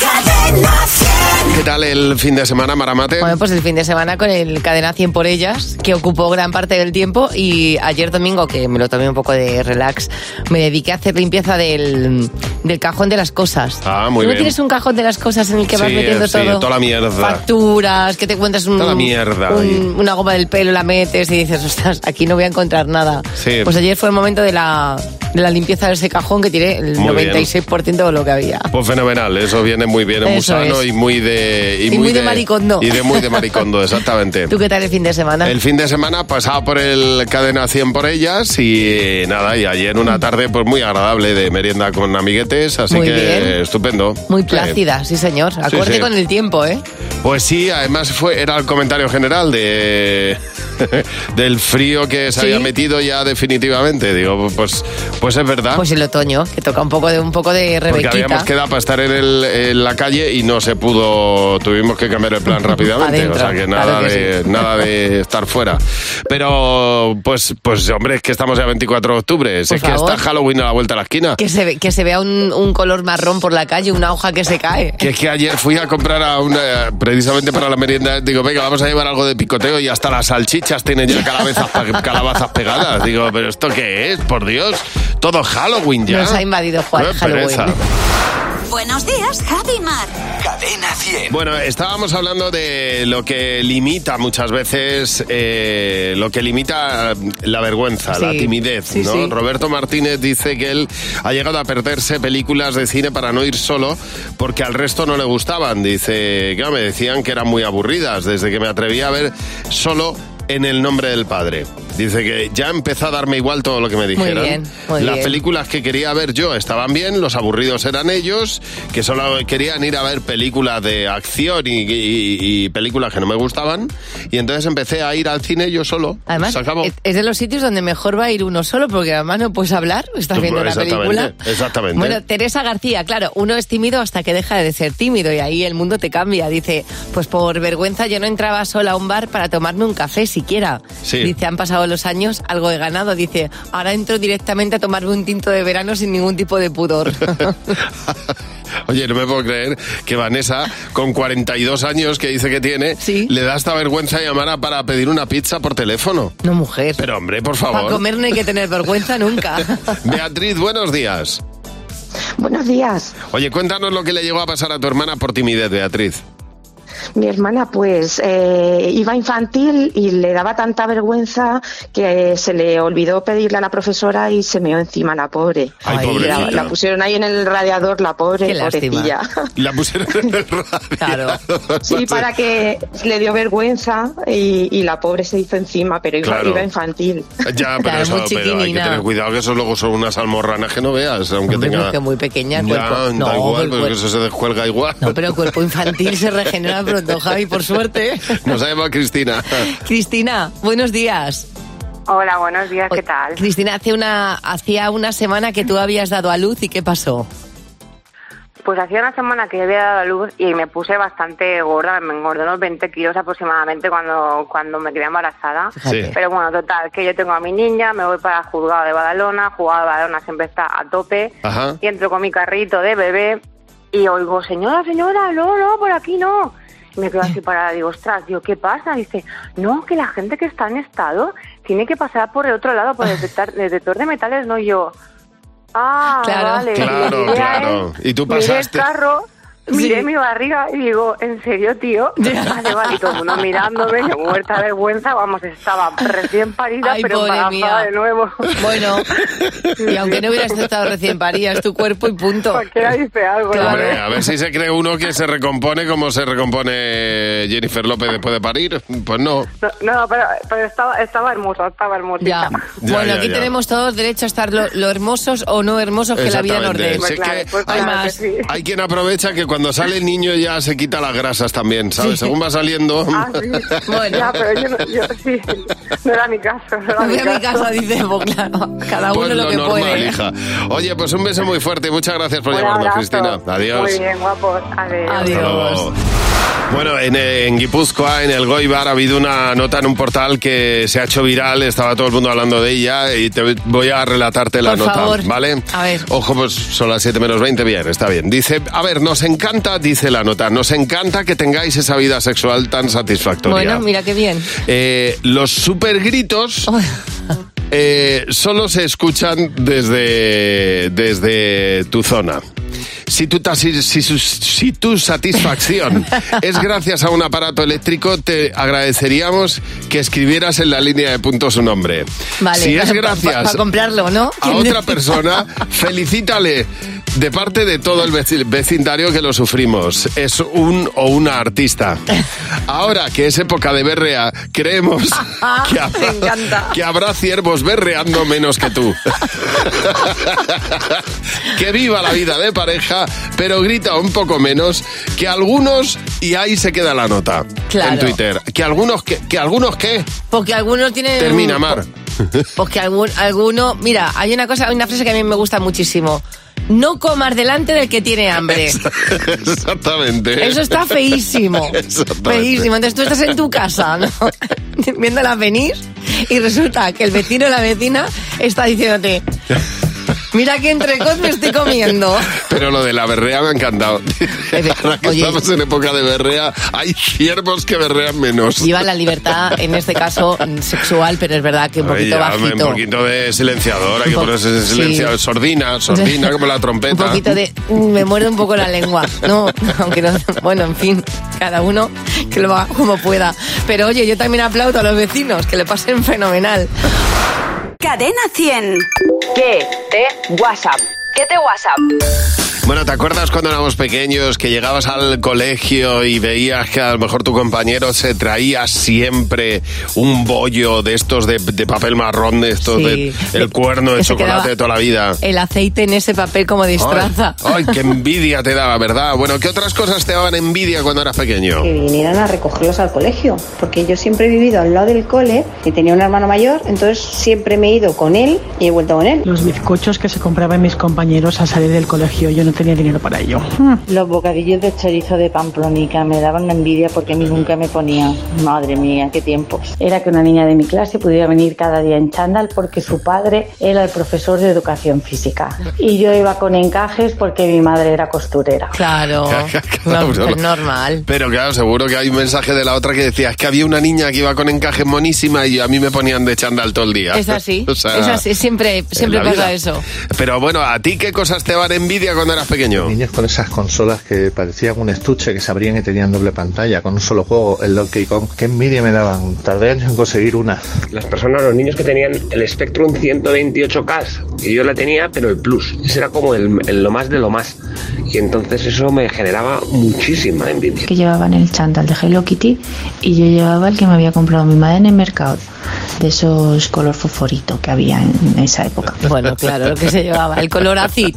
Cadena 100. ¿Qué tal el fin de semana, Maramate? Bueno, pues el fin de semana con el Cadena 100 por ellas, que ocupó gran parte del tiempo y ayer domingo, que me lo tomé un poco de relax, me dediqué a hacer limpieza del, del cajón de las cosas. Ah, muy ¿Tú no bien. tienes un cajón de las cosas en el que vas Sí, metiendo sí, todo? toda la mierda. Facturas, que te encuentras un- Toda la mierda un- ahí. una goma del pelo, la metes y dices, ostras, aquí no voy a encontrar nada. Sí. Pues ayer fue el momento de la, de la limpieza de ese cajón que tiré el Muy bien. 96% de lo que había. Pues fenomenal, eso viene muy bien, es muy Eso sano es. y muy de... Y muy de maricondo. Y de muy de maricondo, exactamente. ¿Tú qué tal el fin de semana? El fin de semana pasaba por el Cadena 100 por ellas y nada, y ayer una tarde pues muy agradable de merienda con amiguetes, así Muy que bien. estupendo. Muy Sí. plácida, sí, señor. Acorde sí. con el tiempo, ¿eh? Pues sí, además fue era el comentario general de del frío que se Sí. había metido ya definitivamente. Digo, pues pues es verdad. Pues el otoño, que toca un poco de un poco de porque rebequita. habíamos quedado para estar en, el- en la calle y no se pudo, tuvimos que cambiar el plan rápidamente, Adentro, o sea que nada claro que de sí. nada de estar fuera. Pero pues pues hombre, es que estamos ya 24 de octubre, es Por que favor. está Halloween a la vuelta de la esquina. Que se, ve- que se vea un, un color marrón por la calle, una hoja que se cae. Que es que ayer fui a comprar a una, precisamente para la merienda. Digo, venga, vamos a llevar algo de picoteo y hasta las salchichas tienen ya calabazas, pe- calabazas pegadas. Digo, pero ¿esto qué es? Por Dios, todo Halloween ya. Nos ha invadido Juan Qué Halloween. pereza. Buenos días, Javi Mar. Cadena 100. Bueno, estábamos hablando de lo que limita muchas veces, eh, lo que limita la vergüenza, Sí. la timidez, Sí, ¿no? sí. Roberto Martínez dice que él ha llegado a perderse películas de cine para no ir solo porque al resto no le gustaban. Dice, claro, me decían que eran muy aburridas desde que me atreví a ver solo en el nombre del padre. Dice que ya empezó a darme igual todo lo que me dijeran. bien, muy Las bien. peli- películas que quería ver yo estaban bien, los aburridos eran ellos, que solo querían ir a ver películas de acción y, y- y películas que no me gustaban. Y entonces empecé a ir al cine yo solo. Además, eh, Se acabó. es- es de los sitios donde mejor va a ir uno solo, porque además no puedes hablar, estás Tú- viendo la exactamente, película. exactamente. Bueno, Teresa García, claro, uno es tímido hasta que deja de ser tímido y ahí el mundo te cambia. Dice, pues por vergüenza yo no entraba sola a un bar para tomarme un café siquiera. Sí. Dice, han pasado los años, algo he ganado. Dice, ahora entro directamente a tomarme un tinto de verano sin ningún tipo de pudor. Oye, no me puedo creer que Vanessa, con 42 años que dice que tiene, Sí. le da esta vergüenza llamar a para pedir una pizza por teléfono. no, mujer. Pero hombre, por Para favor. comer no hay que tener vergüenza nunca. Beatriz, buenos días. Buenos días. Oye, cuéntanos lo que le llegó a pasar a tu hermana por timidez, Beatriz. Mi hermana pues eh, iba infantil y le daba tanta vergüenza que eh, se le olvidó pedirle a la profesora y se meó encima la pobre. Ay, Ay, Y la, pobrecita. la pusieron ahí en el radiador, la pobre, Qué lástima. pobrecilla. La pusieron en el radio. Claro. Sí, para que le dio vergüenza y, y la pobre se hizo encima, pero iba, Claro. iba infantil. Ya, pero, Claro, eso- muy pero hay que chiquinina. tener cuidado que eso luego son unas almorranas que no veas, aunque Hombre, tenga... porque muy pequeña el Ya, cuerpo. No, da el igual, pues. porque cuerpo- eso se descuelga igual. No, pero el cuerpo infantil se regenera pronto, Javi, por suerte. Nos ha llamado Cristina. Cristina, buenos días. Hola, buenos días, ¿qué tal? Cristina, hace una, hacía una semana que tú habías dado a luz y ¿qué pasó? Pues hacía una semana que había dado a luz y me puse bastante gorda, me engordé unos 20 kilos aproximadamente cuando, cuando me quedé embarazada. Sí. Pero bueno, total, que yo tengo a mi niña, me voy para el juzgado de Badalona, juzgado de Badalona siempre está a tope, Ajá. y entro con mi carrito de bebé y oigo, señora, señora, no, no, por aquí no. Y me quedo así parada, digo, ostras, digo, ¿qué pasa? dice, no, que la gente que está en estado tiene que pasar por el otro lado, por el detector, detector de metales, no Y yo. Ah, Claro. vale. Claro, Y miré a claro. él, Y tú miré el pasaste. carro, miré Sí. mi barriga y digo, ¿en serio, tío? Vale, vale, y todo el mundo mirándome, yo muerta de vergüenza, vamos, estaba recién parida, Ay, pero pobre embarazada mía. de nuevo. Bueno, y aunque no hubieras estado recién parida, es tu cuerpo y punto. Cualquiera dice algo, Claro. ¿no? Hombre, a ver si se cree uno que se recompone como se recompone Jennifer López después de parir. Pues no. No, no, pero, pero estaba, estaba hermoso, estaba hermoso. Ya. Ya, Bueno, ya, aquí ya. tenemos todos derecho a estar lo, lo hermosos o no hermosos que la vida nos dé. Exactamente. Si Pues es que claro, pues hay, claro que más. sí. hay quien aprovecha que cuando sale el niño ya se quita las grasas también, ¿sabes? Sí. Según va saliendo... Ah, sí. Bueno. Ya, pero yo, no- yo sí. No era mi caso. No era Voy a mi caso. casa, dice, pues claro, cada uno Pues lo, lo que normal, puede. hija. Oye, pues un beso muy fuerte. Muchas gracias por Un llamarnos, abrazo. Cristina. Adiós. Muy bien, guapos. Adiós. Hasta luego. Bueno, en, eh, en Guipúzcoa, en el Goibar, ha habido una nota en un portal que se ha hecho viral, estaba todo el mundo hablando de ella y te voy a relatarte la Por nota, favor. ¿vale? A ver. Ojo, pues son las 7 menos 20, bien, está bien. Dice, a ver, nos encanta, dice la nota, nos encanta que tengáis esa vida sexual tan satisfactoria. Bueno, mira qué bien. Eh, los supergritos Oh. eh, solo se escuchan desde, desde tu zona. Si tu, ta- si- si su- si tu satisfacción es gracias a un aparato eléctrico, te agradeceríamos que escribieras en la línea de punto su nombre. Vale. si es Para gracias comprarlo, ¿no? a otra persona, felicítale de parte de todo el veci- vecindario que lo sufrimos. Es un o una artista. Ahora que es época de berrea, creemos que habrá, Ah, Me encanta. que habrá ciervos berreando menos que tú. que viva la vida de pareja, pero grita un poco menos que algunos y ahí se queda la nota Claro. en Twitter. Que algunos que, que algunos que Porque algunos tienen... termina mar. Porque algún, alguno... Mira, hay una cosa, hay una frase que a mí me gusta muchísimo. No comas delante del que tiene hambre. Exactamente. Eso está feísimo. Exactamente. Feísimo. Entonces tú estás en tu casa, ¿no? Viéndola venir y resulta que el vecino o la vecina está diciéndote, mira qué entrecot me estoy comiendo. Pero lo de la berrea me ha encantado. Ahora que Oye. estamos en época de berrea, hay ciervos que berrean menos. Lleva la libertad, en este caso sexual, pero es verdad que un Ay, poquito ya, bajito. Un poquito de silenciador, hay que Un po- ponerse ese silenciador. sí. Sordina, sordina, como la trompeta. Un poquito de. mm, Me muerde un poco la lengua. No, aunque no. Bueno, en fin, cada uno que lo haga como pueda. Pero oye, yo también aplaudo a los vecinos, que le pasen fenomenal. Cadena 100. ¿Qué te WhatsApp? ¿Qué te WhatsApp? Bueno, ¿te acuerdas cuando éramos pequeños que llegabas al colegio y veías que a lo mejor tu compañero se traía siempre un bollo de estos de, de papel marrón, de estos Sí. de el cuerno de Que se chocolate quedaba de toda la vida? El aceite en ese papel como destraza. Ay, ay, qué envidia te daba, ¿verdad? Bueno, ¿qué otras cosas te daban envidia cuando eras pequeño? Eh, que vinieran a recogerlos al colegio, porque yo siempre he vivido al lado del cole y tenía un hermano mayor, entonces siempre me he ido con él y he vuelto con él. Los bizcochos que se compraban mis compañeros al salir del colegio, yo no tenía dinero para ello. Mm, Los bocadillos de chorizo de pamplonica me daban una envidia porque a mí nunca me ponía. Madre mía, qué tiempos. Era que una niña de mi clase pudiera venir cada día en chándal porque su padre era el profesor de educación física. Y yo iba con encajes porque mi madre era costurera. Claro. Cada No, uno es lo- normal. Pero claro, seguro que hay un mensaje de la otra que decía, es que había una niña que iba con encajes monísima y a mí me ponían de chandal todo el día. Es así. O sea, es así. Siempre, siempre en la pasa vida. eso. Pero bueno, ¿a ti qué cosas te van envidia cuando eras pequeño? Niños con esas consolas que parecían un estuche que se abrían y tenían doble pantalla con un solo juego, el Donkey Kong. Qué envidia me daban. Tardé años en conseguir una. Las personas, los niños que tenían el Spectrum 128K, y yo la tenía, pero el Plus. Ese era como el, el lo más de lo más. Y entonces eso me generaba muchísima envidia. Que llevaban el chándal de Hello Kitty y yo llevaba el que me había comprado mi madre en el mercado, de esos color fosforito que había en esa época. Bueno, claro, lo que se llevaba. El color acid.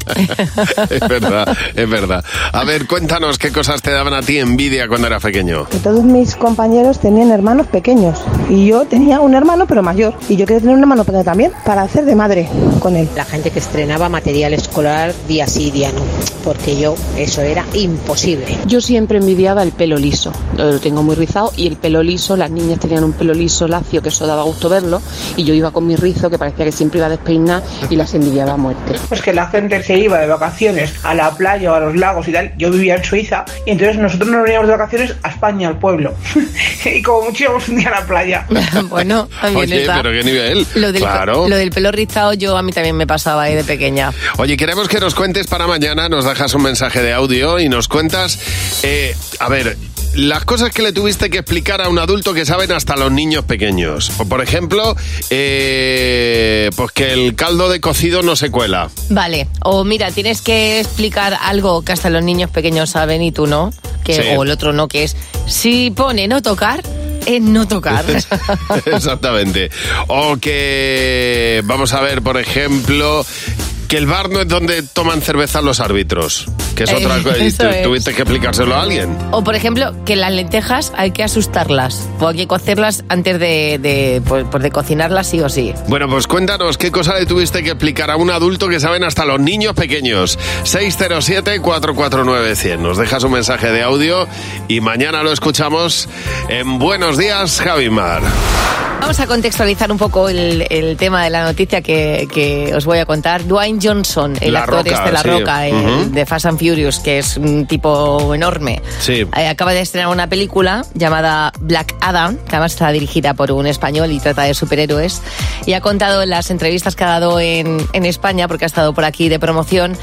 es verdad, es verdad. A ver, cuéntanos qué cosas te daban a ti envidia cuando eras pequeño. que todos mis compañeros tenían hermanos pequeños y yo tenía un hermano pero mayor y yo quería tener un hermano pequeño también para hacer de madre con él. La gente que estrenaba material escolar día sí, día no, porque yo eso era imposible. Yo siempre envidiaba el pelo liso, lo tengo muy rizado y el pelo liso, las niñas tenían un pelo liso lacio que eso daba gusto verlo y yo iba con mi rizo que parecía que siempre iba a despeinar y las envidiaba a muerte. Pues que la gente se iba de vacaciones a la playa o a los lagos y tal. Yo vivía en Suiza y entonces nosotros nos veníamos de vacaciones a España, al pueblo. y como mucho íbamos un día a la playa. bueno, también Oye, está. pero qué nivel. Lo del, claro. lo del pelo rizado yo a mí también me pasaba eh, de pequeña. Oye, queremos que nos cuentes para mañana, nos dejas un mensaje de audio y nos cuentas, eh, a ver, las cosas que le tuviste que explicar a un adulto que saben hasta los niños pequeños. O, Por ejemplo, eh, pues que el caldo de cocido no se cuela. Vale, o mira, tienes que explicar algo que hasta los niños pequeños saben y tú no, que, Sí. o el otro no, que es, si pone no tocar, es no tocar. Exactamente. O que, vamos a ver, por ejemplo, Que el bar no es donde toman cerveza los árbitros. Que es Eh, otra cosa. y eso tu- es. Tuviste que explicárselo a alguien. O por ejemplo, que las lentejas hay que asustarlas o hay que cocerlas antes de, de, pues, pues de cocinarlas sí o sí. Bueno, pues cuéntanos qué cosa le tuviste que explicar a un adulto que saben hasta los niños pequeños. 607-449-100. Nos dejas un mensaje de audio y mañana lo escuchamos en Buenos Días, Javimar. Vamos a contextualizar un poco el, el tema de la noticia que, que os voy a contar. Dwayne Johnson, el La actor Roca, este de La sí. Roca, el Ujú. de Fast and Furious, que es un tipo enorme, Sí. eh, acaba de estrenar una película llamada Black Adam, que además está dirigida por un español y trata de superhéroes. Y ha contado en las entrevistas que ha dado en, en España, porque ha estado por aquí de promoción,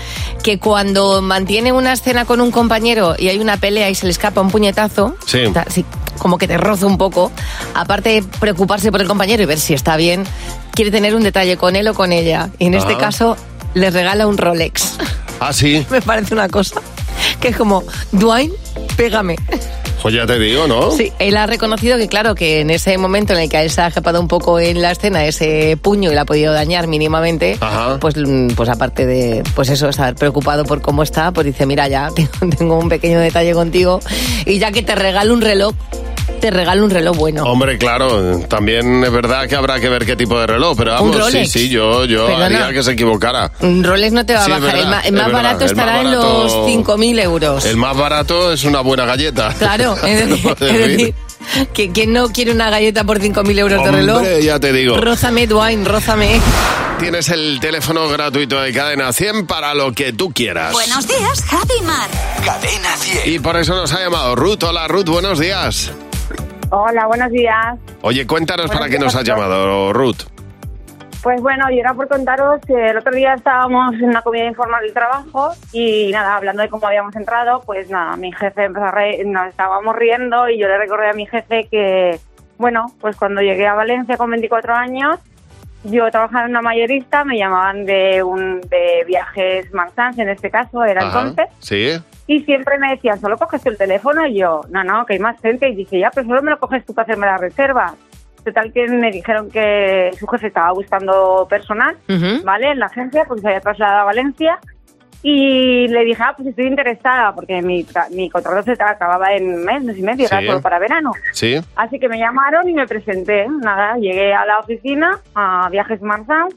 que cuando mantiene una escena con un compañero y hay una pelea y se le escapa un puñetazo, Sí. ta- sí, como que te roza un poco, aparte de preocuparse por el compañero y ver si está bien, quiere tener un detalle con él o con ella. Y en este Ah. caso le regala un Rolex. Ah, sí. Me parece una cosa que es como, Dwayne, pégame. Pues ya te digo, ¿no? Sí, él ha reconocido que, claro, que en ese momento en el que a él se ha escapado un poco en la escena ese puño y le ha podido dañar mínimamente, pues, mm, pues aparte de, pues eso, estar preocupado por cómo está, pues dice, mira, ya tengo, tengo un pequeño detalle contigo y ya que te regalo un reloj, te regalo un reloj bueno. Hombre, claro, también es verdad que habrá que ver qué tipo de reloj, pero Un vamos, sí, Rolex. sí, yo, yo Perdona. haría que se equivocara. Un Rolex no te va Sí, a es bajar, verdad, el, ma- el es más verdad, barato el estará más en los barato- 5.000 euros. El más barato es una buena galleta. Claro, es decir, En es fin. decir, que quien no quiere una galleta por 5.000 euros de reloj, Hombre, ya te digo. rózame, Dwayne, rózame. Tienes el teléfono gratuito de Cadena 100 para lo que tú quieras. Buenos días, Javi y Mar. Cadena 100. Y por eso nos ha llamado Ruth. Hola Ruth, buenos días. Hola, buenos días. Oye, cuéntanos Buenos para qué días, nos has llamado Ruth. Pues bueno, yo era por contaros que el otro día estábamos en una comida informal del trabajo y nada, hablando de cómo habíamos entrado, pues nada, mi jefe empezó a reír, nos estábamos riendo y yo le recordé a mi jefe que, bueno, pues cuando llegué a Valencia con 24 años, yo trabajaba en una mayorista, me llamaban de, un, de viajes Marsans, en este caso era Ajá, entonces, Sí. y siempre me decían, solo coges tú el teléfono y yo, no, no, que hay más gente. Y dije, ya, pero solo me lo coges tú para hacerme la reserva. Total que me dijeron que su jefe estaba buscando personal, Ujú. ¿vale? En la agencia, porque se había trasladado a Valencia. Y le dije, ah, pues estoy interesada, porque mi, tra- mi contrato se tra- acababa en un mes, mes y medio, Sí. era solo para verano. Sí. Así que me llamaron y me presenté. Nada, llegué a la oficina, a Viajes Marzán.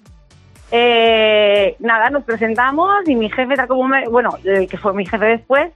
Eh, nada, nos presentamos y mi jefe, tal como me, bueno, el que fue mi jefe después,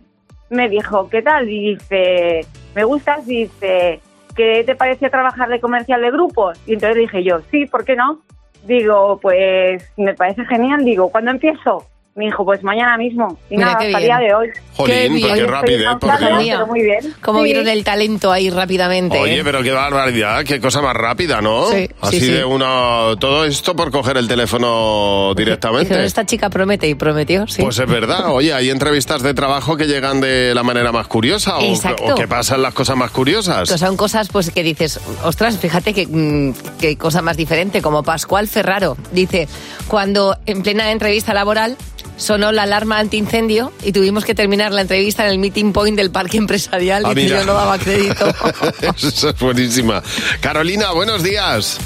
me dijo, ¿qué tal? Y dice, me gustas, y dice, ¿qué te parece trabajar de comercial de grupos? Y entonces dije yo, sí, ¿por qué no? Digo, pues me parece genial. Digo, ¿cuándo empiezo? Me dijo, pues mañana mismo. Y Mira, nada, qué hasta el bien. día de hoy. Jolín, Qué pues bien. qué Estoy rapidez, por exhaustada, Dios. pero muy bien. Como Sí. vieron el talento ahí rápidamente. Oye, ¿eh? pero qué barbaridad, qué cosa más rápida, ¿no? Sí, sí, Así sí. de una... Todo esto por coger el teléfono Dijeron, directamente. esta chica promete y prometió, sí. Pues es verdad, oye, hay entrevistas de trabajo que llegan de la manera más curiosa o, Exacto. o que pasan las cosas más curiosas. Que son cosas pues que dices, ostras, fíjate que, mm, que cosa más diferente, como Pascual Ferraro. Dice, cuando en plena entrevista laboral sonó la alarma antiincendio y tuvimos que terminar la entrevista en el meeting point del parque empresarial Ah, y mira. yo no daba crédito. Eso es buenísima. Carolina, buenos días.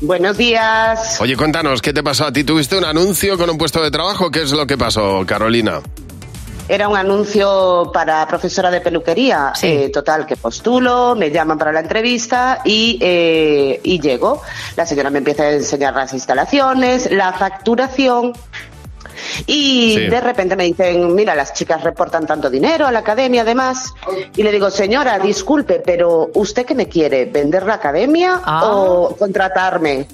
Buenos días. Oye, cuéntanos, ¿qué te pasó a ti? ¿Tuviste un anuncio con un puesto de trabajo? ¿Qué es lo que pasó, Carolina? Era un anuncio para profesora de peluquería. Eh, total, que postulo, me llaman para la entrevista y, eh, y llego. La señora me empieza a enseñar las instalaciones, la facturación. Y Sí. de repente me dicen, mira, las chicas reportan tanto dinero a la academia además. Y le digo, señora, disculpe, pero ¿usted qué me quiere? ¿Vender la academia Ah. o contratarme?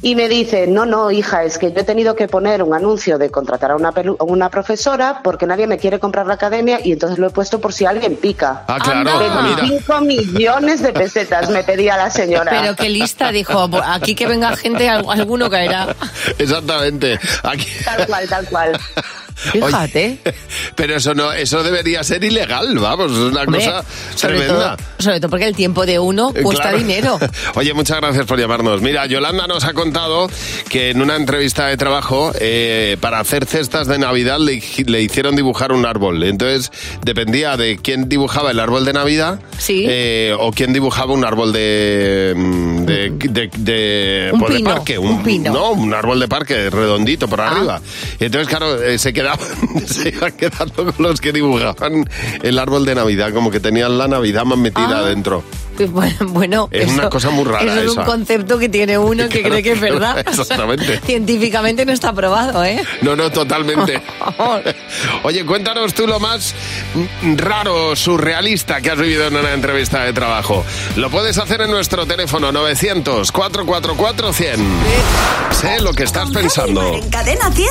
Y me dice, no, no, hija, es que yo he tenido que poner un anuncio de contratar a una, pelu- a una profesora porque nadie me quiere comprar la academia y entonces lo he puesto por si alguien pica. Ah, claro, mira. 25 millones de pesetas me pedía la señora. Pero qué lista, dijo, "Por aquí que venga gente, al- alguno caerá. Exactamente. Aquí. Tal cual, tal cual. Fíjate. Pero eso no, eso debería ser ilegal, vamos, es una Hombre, cosa sobre tremenda. todo, sobre todo porque el tiempo de uno Eh, cuesta claro. dinero. Oye, muchas gracias por llamarnos. Mira, Yolanda nos ha contado que en una entrevista de trabajo eh, para hacer cestas de Navidad le, hi- le hicieron dibujar un árbol. Entonces dependía de quién dibujaba el árbol de Navidad eh, o quién dibujaba un árbol de, mm, de, de- de- Un pues de pino, parque, un pino. Ah. No, un árbol de parque redondito por arriba. Y entonces, claro, eh, se quedaban, se iban quedando con los que dibujaban el árbol de Navidad, como que tenían la Navidad más Ah. metida adentro. Pues Bueno, Es una cosa muy rara eso es esa. un concepto que tiene uno que Claro, cree que es verdad. Exactamente. Científicamente no está probado, ¿eh? No, no, totalmente. Oye, cuéntanos tú lo más raro, surrealista que has vivido en una entrevista de trabajo. Lo puedes hacer en nuestro teléfono 900-444-100. Sé lo que estás pensando. Cadena 100.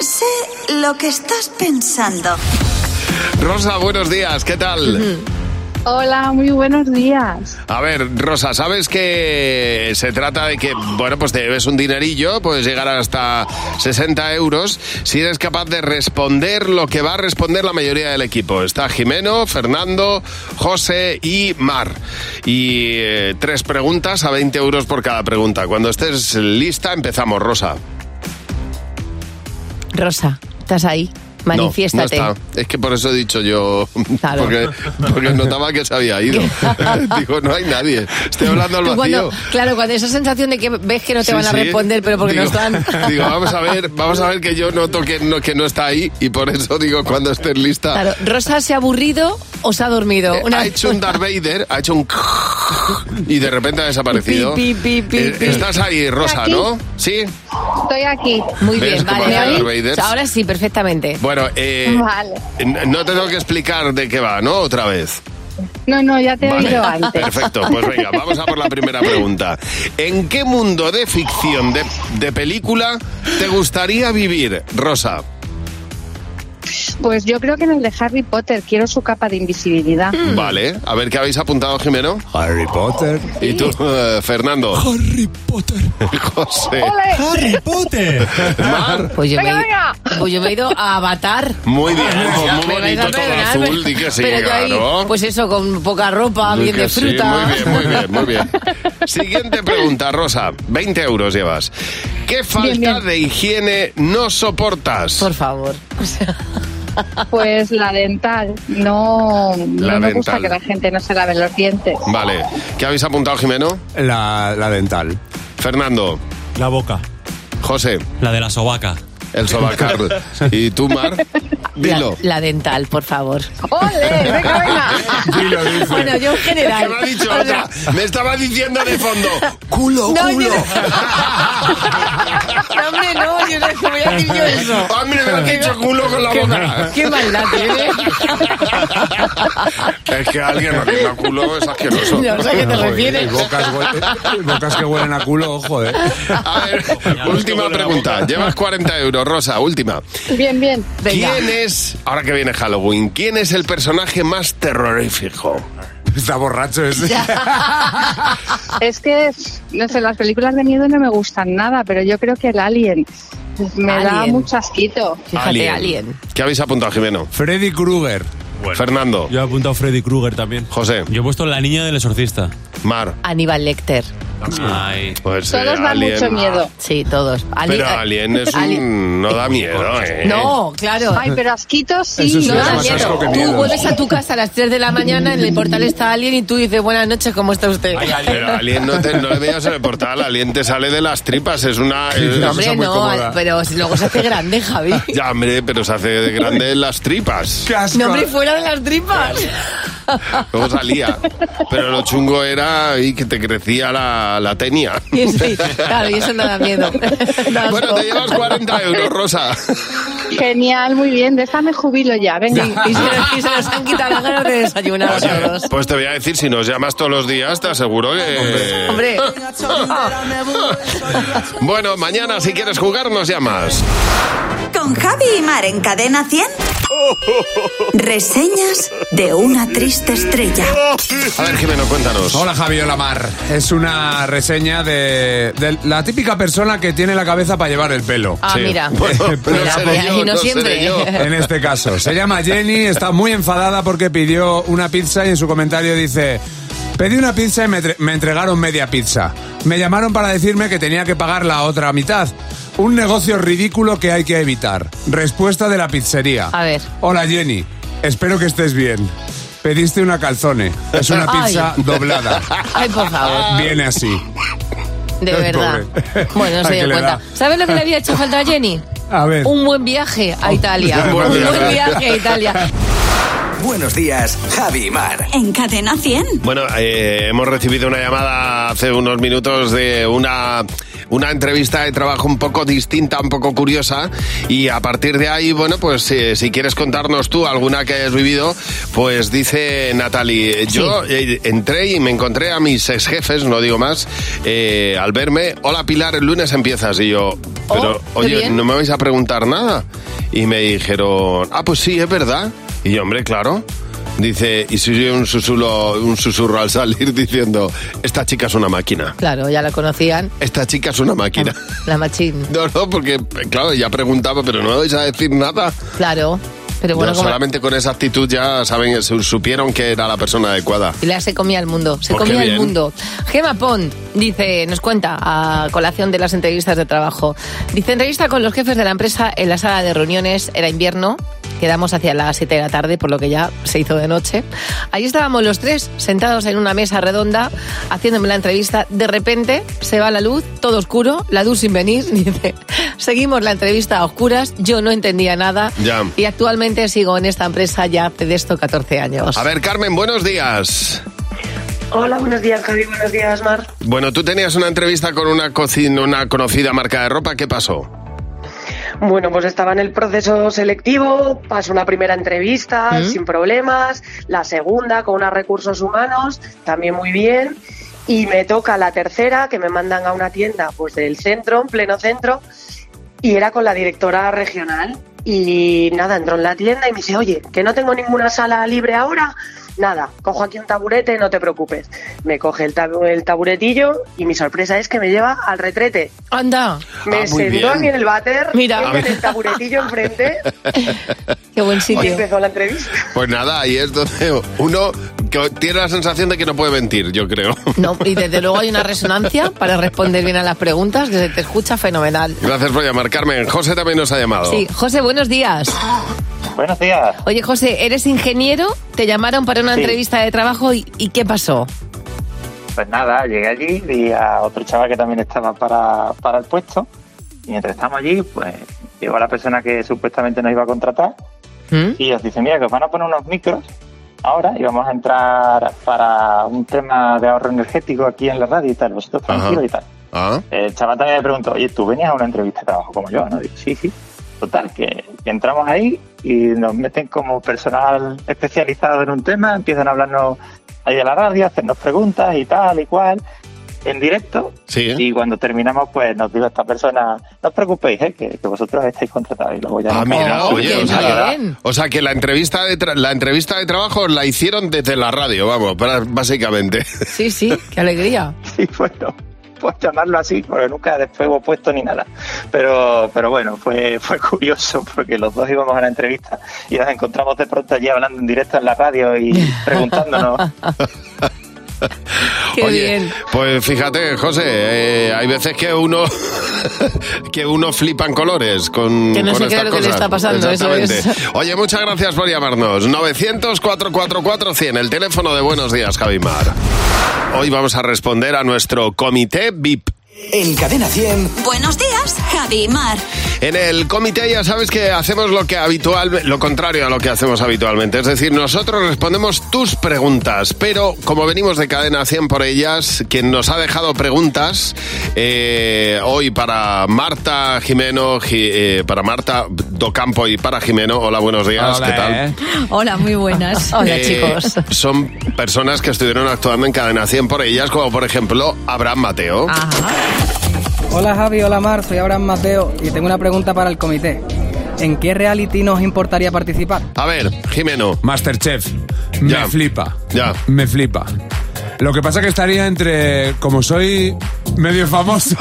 Sé lo que estás pensando. Rosa, buenos días, ¿qué tal? Hola, muy buenos días. A ver, Rosa, ¿sabes que se trata de que, bueno, pues te debes un dinerillo, puedes llegar hasta 60 euros, si eres capaz de responder lo que va a responder la mayoría del equipo? Está Jimeno, Fernando, José y Mar. Y eh, tres preguntas a 20 euros por cada pregunta. Cuando estés lista, empezamos, Rosa. Rosa, ¿estás ahí? No, Manifiéstate. No, está. Es que por eso he dicho yo, porque, porque notaba que se había ido. Digo, no hay nadie. Estoy hablando al Tú vacío. cuando- claro, cuando esa sensación de que ves que no te Sí, van a sí. responder, pero porque no Digo- están. Digo, vamos a ver, vamos a ver que yo noto que no, que no está ahí y por eso digo cuando estés lista. Claro, Rosa se ha aburrido o se ha dormido. Una- Ha hecho un Darth Vader, ha hecho un y de repente ha desaparecido. Pi, pi, pi, Eh, pi. Estás ahí, Rosa, Aquí. ¿no? Sí. Estoy aquí. Muy ¿Ves bien, cómo vale. hace ¿me Darth oís? Vader? Ahora sí, perfectamente. Bueno, eh, Vale. n- no te tengo que explicar de qué va, ¿no? Otra vez. No, no, ya te he Vale, oído antes. Perfecto, pues venga, vamos a por la primera pregunta. ¿En qué mundo de ficción, de, de película, te gustaría vivir, Rosa? Pues yo creo que en el de Harry Potter quiero su capa de invisibilidad. Vale, a ver qué habéis apuntado, Jimeno. Harry Potter. ¿Y tú, eh, Fernando? Harry Potter. José. ¡Ole! Potter. Mar. Pues yo, Venga, me, he- pues yo me he ido a Avatar. Muy bien, pues Me muy vais a bonito todo perdonar, azul, di que sí, pero yo ahí, claro. pues eso, con poca ropa, Di bien que de sí, fruta. muy bien, muy bien, muy bien. Siguiente pregunta, Rosa. 20 euros llevas. ¿Qué falta de higiene no soportas? Por favor. Pues la dental. No, La no me gusta dental. que la gente no se lave los dientes. Vale. ¿Qué habéis apuntado, Jimeno? La, dental. Fernando. La boca. José. La de la sobaca. El sobacar. ¿Y tú, Mar? Dilo. La, la dental, por favor. ¡Ole! ¡Venga, venga! Dilo, dice. Bueno, yo en general. Es que me ha dicho O otra. Me estaba diciendo de fondo. ¡Culo, No, culo! No, hombre, no, yo no es que voy a decir yo eso. Hombre, me has dicho culo con la Qué- boca. Qué maldad tiene. Es que alguien no tenga culo es asqueroso. No sé a qué te Joder, refieres. bocas hue- bocas que huelen a culo, ojo, eh. A ver, última pregunta. Llevas 40 euros, Rosa, última. Bien, bien. Venga. ¿Quién es, ahora que viene Halloween, quién es el personaje más terrorífico? Está borracho ese. Es que, no sé, las películas de miedo no me gustan nada, pero yo creo que el Alien me da Alien. mucho asquito. ¿Qué habéis apuntado, Jimeno? Freddy Krueger. Fernando. Yo he apuntado a Freddy Krueger también. José. Yo he puesto la niña del exorcista. Mar. Aníbal Lecter. Ay. Pues Todos dan Alien. mucho miedo. Sí, todos. Ali- Pero Alien es un- no da miedo, eh, ¿eh? No, claro. Ay, pero asquito sí. Eso sí, no es da más asco miedo. que Tú miedo. vuelves a tu casa a las 3 de la mañana, en el portal está alguien y tú dices, buenas noches, ¿cómo está usted? Pero Alien no, te, no le veías en el portal, Alien te sale de las tripas, es una... es No, una cosa hombre, muy no, cómoda. pero luego se hace grande, Javi. Ya, hombre, pero se hace de grande en las tripas. No, hombre, fuera de las tripas. Luego salía. Pero lo chungo era y que te crecía la, la tenia. Y sí, claro, y eso no da miedo. Da Bueno, asco. te llevas 40 euros, Rosa. Genial, muy bien. De esta me jubilo ya. Venga. Y se, y se nos han quitado las ganas de desayunar a los dos. Pues te voy a decir, si nos llamas todos los días, te aseguro que... Hombre. Bueno, mañana si quieres jugar nos llamas. Con Javi y Mar en Cadena 100. Reseñas de una triste estrella. A ver, Jimeno, cuéntanos. Hola Javi, hola Mar. Es una reseña de, de la típica persona que tiene la cabeza para llevar el pelo. Ah, Sí. mira. Bueno, Eh, pero seré yo, Y no no seré siempre. yo. En este caso. Se llama Jenny, está muy enfadada porque pidió una pizza y en su comentario dice... Pedí una pizza y me, tre- me entregaron media pizza. Me llamaron para decirme que tenía que pagar la otra mitad. Un negocio ridículo que hay que evitar. Respuesta de la pizzería. A ver. Hola Jenny, espero que estés bien. Pediste una calzone. Es una Ay. pizza doblada. Ay, por favor. Viene así. De Ay, verdad. pobre. Bueno, no Ay, se que dio le cuenta. da. ¿Sabes lo que le había hecho falta a Jenny? A ver. Un buen viaje Oh, a Italia. Un Un buen buen viaje. viaje a Italia. Buenos días, Javi y Mar. En Cadena 100. Bueno, eh, hemos recibido una llamada hace unos minutos de una, una entrevista de trabajo un poco distinta, un poco curiosa. Y a partir de ahí, bueno, pues eh, si quieres contarnos tú alguna que hayas vivido, pues dice Natalie, eh, yo eh, entré y me encontré a mis ex jefes, no digo más, eh, al verme, hola Pilar, el lunes empiezas. Y yo, pero qué oye, bien. no me vais a preguntar nada. Y me dijeron, ah, pues sí, es verdad. Y yo, hombre, claro. Dice, y se oyó un susurro, un susurro al salir diciendo, esta chica es una máquina. Claro, ya la conocían. Esta chica es una máquina. La machín. No, no, porque, claro, ya preguntaba, pero no me vais a decir nada. Claro. Pero bueno, No, como- solamente con esa actitud ya saben, eh, su- supieron que era la persona adecuada. Y la se comía el mundo, se Pues qué comía el bien. mundo. Gema Pont dice, nos cuenta a colación de las entrevistas de trabajo. Dice, entrevista con los jefes de la empresa en la sala de reuniones, era invierno, quedamos hacia las 7 de la tarde, por lo que ya se hizo de noche. Allí estábamos los tres sentados en una mesa redonda haciéndome la entrevista. De repente se va la luz, todo oscuro, la luz sin venir, dice, seguimos la entrevista a oscuras, yo no entendía nada Ya. y actualmente sigo en esta empresa ya hace de esto 14 años. A ver, Carmen, buenos días. Hola, buenos días, Javi. Buenos días, Mar. Bueno, tú tenías una entrevista con una, cocina, una conocida marca de ropa, ¿qué pasó? Bueno, pues estaba en el proceso selectivo, pasó una primera entrevista sin problemas, la segunda con unos recursos humanos, también muy bien, y me toca la tercera, que me mandan a una tienda pues del centro, en pleno centro, y era con la directora regional. Y nada, entró en la tienda y me dice, oye, que no tengo ninguna sala libre ahora. Nada, cojo aquí un taburete, no te preocupes. Me coge el, tabu- el taburetillo y mi sorpresa es que me lleva al retrete. Anda. Me Ah, muy sentó bien. a mí en el váter, Mira. él A en ver. el taburetillo enfrente Qué buen y sitio. empezó la entrevista. Pues nada, ahí es donde uno que tiene la sensación de que no puede mentir, yo creo. No, y desde luego hay una resonancia para responder bien a las preguntas, que se te escucha fenomenal. Gracias por llamar, Carmen. José también nos ha llamado. Sí, José, buenos días. Buenos días. Oye, José, eres ingeniero, te llamaron para una Sí. entrevista de trabajo y, ¿y qué pasó? Pues nada, llegué allí, vi a otro chaval que también estaba para, para el puesto. Y mientras estamos allí, pues llegó la persona que supuestamente nos iba a contratar y os dice, mira, que os van a poner unos micros ahora y vamos a entrar para un tema de ahorro energético aquí en la radio y tal, vosotros tranquilos y tal. Ah, El chaval también me preguntó, oye, tú venías a una entrevista de trabajo como yo, ¿no? Digo, sí, sí. Total, que, que entramos ahí y nos meten como personal especializado en un tema, empiezan a hablarnos ahí de la radio, a hacernos preguntas y tal y cual, en directo. ¿eh? Y cuando terminamos, pues nos dijo esta persona, no os preocupéis, ¿eh? que, que vosotros estáis contratados. Y luego ya Ah, nos- mira, Oh, oye, qué o sea, bien. o sea que la entrevista, de tra- la entrevista de trabajo la hicieron desde la radio, vamos, para- básicamente. Sí, sí, qué alegría. Sí, bueno, pues llamarlo así, porque nunca después hubo puesto ni nada. Pero, pero bueno, fue, fue curioso porque los dos íbamos a la entrevista y nos encontramos de pronto allí hablando en directo en la radio y preguntándonos. Qué Oye, bien. Pues fíjate, José, eh, hay veces que uno que uno flipa en colores con, Que no con se cree estas lo que le cosas. está pasando, eso es. Exactamente. Oye, muchas gracias por llamarnos. 900 444 100, el teléfono de Buenos Días, Javimar. Hoy vamos a responder a nuestro comité VIP. En Cadena 100. Buenos días, Javi y Mar. En el comité ya sabes que hacemos lo que habitual, lo contrario a lo que hacemos habitualmente. Es decir, nosotros respondemos tus preguntas, pero como venimos de cadena 100 por ellas, quien nos ha dejado preguntas eh, hoy para Marta Jimeno, Gi- eh, para Marta Docampo y para Jimeno. Hola, buenos días. Hola, ¿Qué tal? eh. Hola, muy buenas. Eh, Son personas que estuvieron actuando en cadena 100 por ellas, como por ejemplo Abraham Mateo. Hola Javi, hola Mar, soy Abraham Mateo y tengo una pregunta para el comité. ¿En qué reality nos importaría participar? A ver, Jimeno. Masterchef. Me flipa. Ya. Me flipa. Lo que pasa que estaría entre. Como soy medio famoso.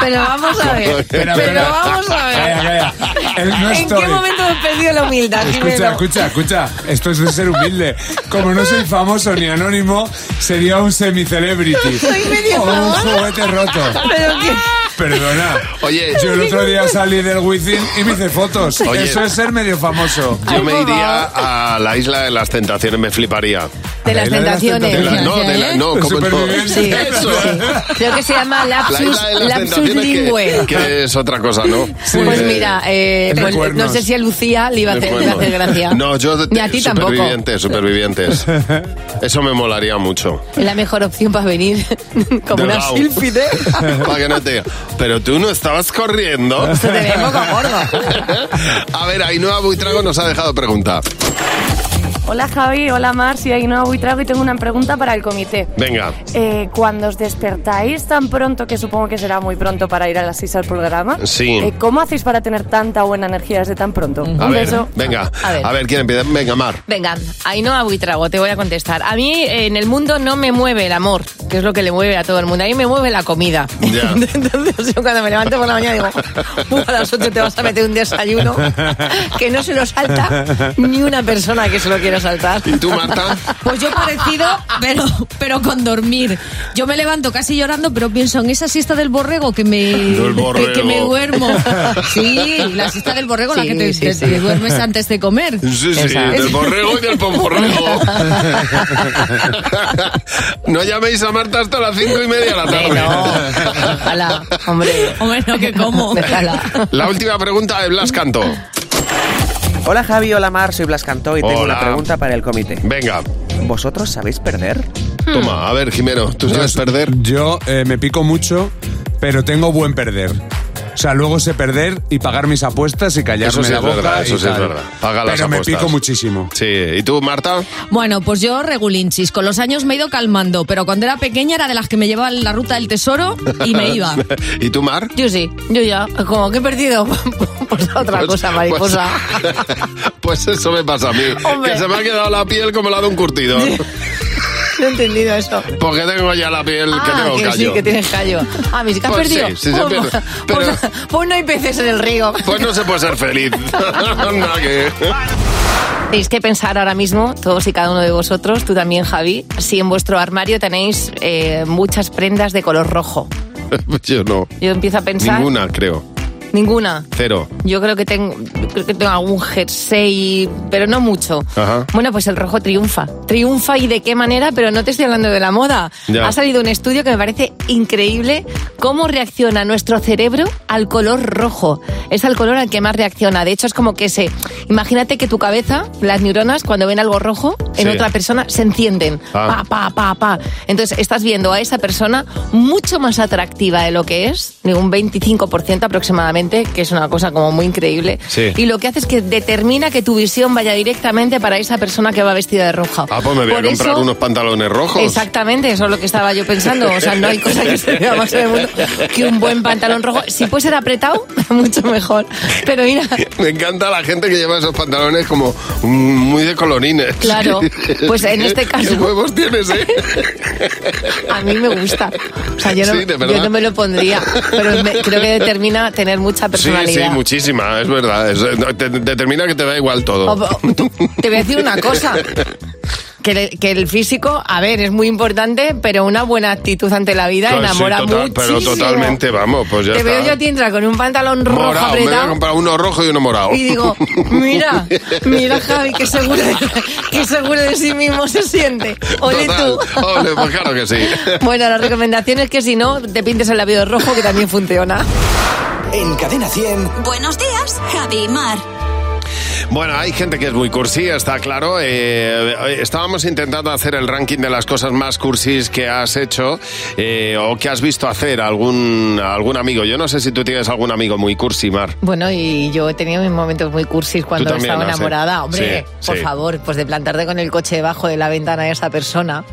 Pero vamos a ver. Espera, pero espera. vamos a ver. Calla, calla. El no ¿En estoy. qué momento hemos perdido la humildad, Escucha, Jimeno? escucha, escucha. Esto es de ser humilde. Como no soy famoso ni anónimo, sería un semi-celebrity. Soy medio o un famoso. juguete roto. Pero qué- Perdona. Oye, yo el otro día salí del Wizzing y me hice fotos. Oye. Eso es ser medio famoso. Yo me iría a la isla de las tentaciones, me fliparía. De las La isla de las tentaciones. tentaciones. De la- no, ¿Eh? de la- no, ¿cómo es? Sí, Eso. sí. Creo que se llama La lapsus, isla de las lapsus tentaciones, que- lingüe. Que es otra cosa, ¿no? pues Eh, mira, eh, de pues, no cuernos. sé si a Lucía le iba a de hacer, le iba a cuernos. hacer gracia. No, yo Ni a ti tampoco. supervivientes, supervivientes. Eso me molaría mucho. Es la mejor opción para venir como De una lado. selfie de... Para que no te diga, Pero tú no estabas corriendo. Se te ve moco gordo. A ver, Ainhoa Buitrago nos ha dejado pregunta. Hola Javi, hola Mar, soy Ainhoa Buitrago y tengo una pregunta para el comité. Venga. Eh, cuando os despertáis tan pronto, que supongo que será muy pronto para ir a las 6 al programa, Sí. eh, ¿cómo hacéis para tener tanta buena energía desde tan pronto? A Un ver, beso. venga. A A ver. ver. ¿quién empieza? Venga, Mar. Venga, Ainhoa Buitrago, te voy a contestar. A mí eh, en el mundo no me mueve el amor, que es lo que le mueve a todo el mundo. A mí me mueve la comida. Ya. Entonces yo cuando me levanto por la mañana digo, "Buah, a las 8 te vas a meter un desayuno que no se lo salta ni una persona que se lo quiera saltar. ¿Y tú, Marta? Pues yo parecido, pero, pero con dormir. Yo me levanto casi llorando, pero pienso en esa siesta del borrego que me, Del borrego. Que me duermo. Sí, la siesta del borrego, la Sí, que te, sí, te- sí. te duermes antes de comer. Sí, sí, del borrego y del pomporrego. no llaméis a Marta hasta las cinco y media de la tarde. Ojalá, hombre. Hombre, no, que como. Déjala. La última pregunta de Blas Canto. Hola Javi, hola Mar, soy Blas Cantó y tengo Hola. una pregunta para el comité. Venga. ¿Vosotros sabéis perder? Toma, a ver, Jimeno, ¿tú sabes perder? Yo eh, me pico mucho, pero tengo buen perder. O sea, luego sé perder y pagar mis apuestas y callarme Eso sí la es boca. verdad, y eso sí es tal. verdad. Paga las pero me apuestas. pico muchísimo. Sí, ¿y tú, Marta? Bueno, pues yo regulinchis. Con los años me he ido calmando, pero cuando era pequeña era de las que me llevaba en la ruta del tesoro y me iba. ¿Y tú, Mar? Yo sí, yo ya, como que he perdido pues otra Pues- cosa, mariposa. Pues eso me pasa a mí. Hombre. Que se me ha quedado la piel como la de un curtido. pues- No he entendido eso. Porque tengo ya la piel que Ah, tengo que callo. sí, que tienes callo. Ah, mis que has Pues sí, perdido. sí se Pues- pierde. pues, pues no hay peces en el río. Pues no se puede ser feliz. Anda, que- Tenéis que pensar ahora mismo, todos y cada uno de vosotros, tú también, Javi, si en vuestro armario tenéis eh, muchas prendas de color rojo. Yo no. Yo empiezo a pensar. Ninguna, creo. Ninguna. Cero. Yo creo que tengo, creo que tengo algún jersey, pero no mucho. Ajá. Bueno, pues el rojo triunfa. Triunfa y de qué manera, pero no te estoy hablando de la moda. Ya. Ha salido un estudio que me parece increíble cómo reacciona nuestro cerebro al color rojo. Es al color al que más reacciona. De hecho, es como que se... Imagínate que tu cabeza, las neuronas, cuando ven algo rojo en Sí. otra persona, se encienden. Ah. Pa, pa, pa, pa. Entonces, estás viendo a esa persona mucho más atractiva de lo que es, de un 25% aproximadamente, que es una cosa como muy increíble. Sí. Y lo que hace es que determina que tu visión vaya directamente para esa persona que va vestida de roja. Ah, pues me voy Por a comprar eso- unos pantalones rojos. Exactamente, eso es lo que estaba yo pensando. O sea, no hay cosa que se vea más en el mundo que un buen pantalón rojo. Si puede ser apretado, mucho mejor. Pero mira, Me encanta la gente que lleva esos pantalones como mm, muy de colorines. Claro, pues en este caso- ¿Qué huevos tienes, eh? a mí me gusta. O sea, yo no, Sí, de verdad. yo no me lo pondría, pero me- creo que determina tener mucha Sí, sí, personalidad. muchísima, es verdad. Es- eh, no, te- determina que te da igual todo. O- o- tú- te voy a decir una cosa. Que, le- que el físico, a ver, es muy importante, pero una buena actitud ante la vida Pues sí, enamora total- muchísimo. Pero totalmente, vamos, pues ya Te está. veo yo a ti entrar con un pantalón rojo morado, me voy a apretado comprar uno rojo y uno morado. y digo, mira, mira Javi, que seguro, de, que seguro de sí mismo se siente. Ole Total. tú. Ole, pues claro que sí. Bueno, la recomendación es que si no, te pintes el labio de rojo, que también funciona. En Cadena 100. Buenos días, Javi y Mar. Bueno, hay gente que es muy cursi, está claro. Eh, estábamos intentando hacer el ranking de las cosas más cursis que has hecho eh, o que has visto hacer a algún, a algún amigo. Yo no sé si tú tienes algún amigo muy cursi, Mar. Bueno, y yo he tenido mis momentos muy cursis cuando también, estaba ¿no? Sí. enamorada. Hombre, Sí, por sí. favor, pues de plantarte con el coche debajo de la ventana de esa persona,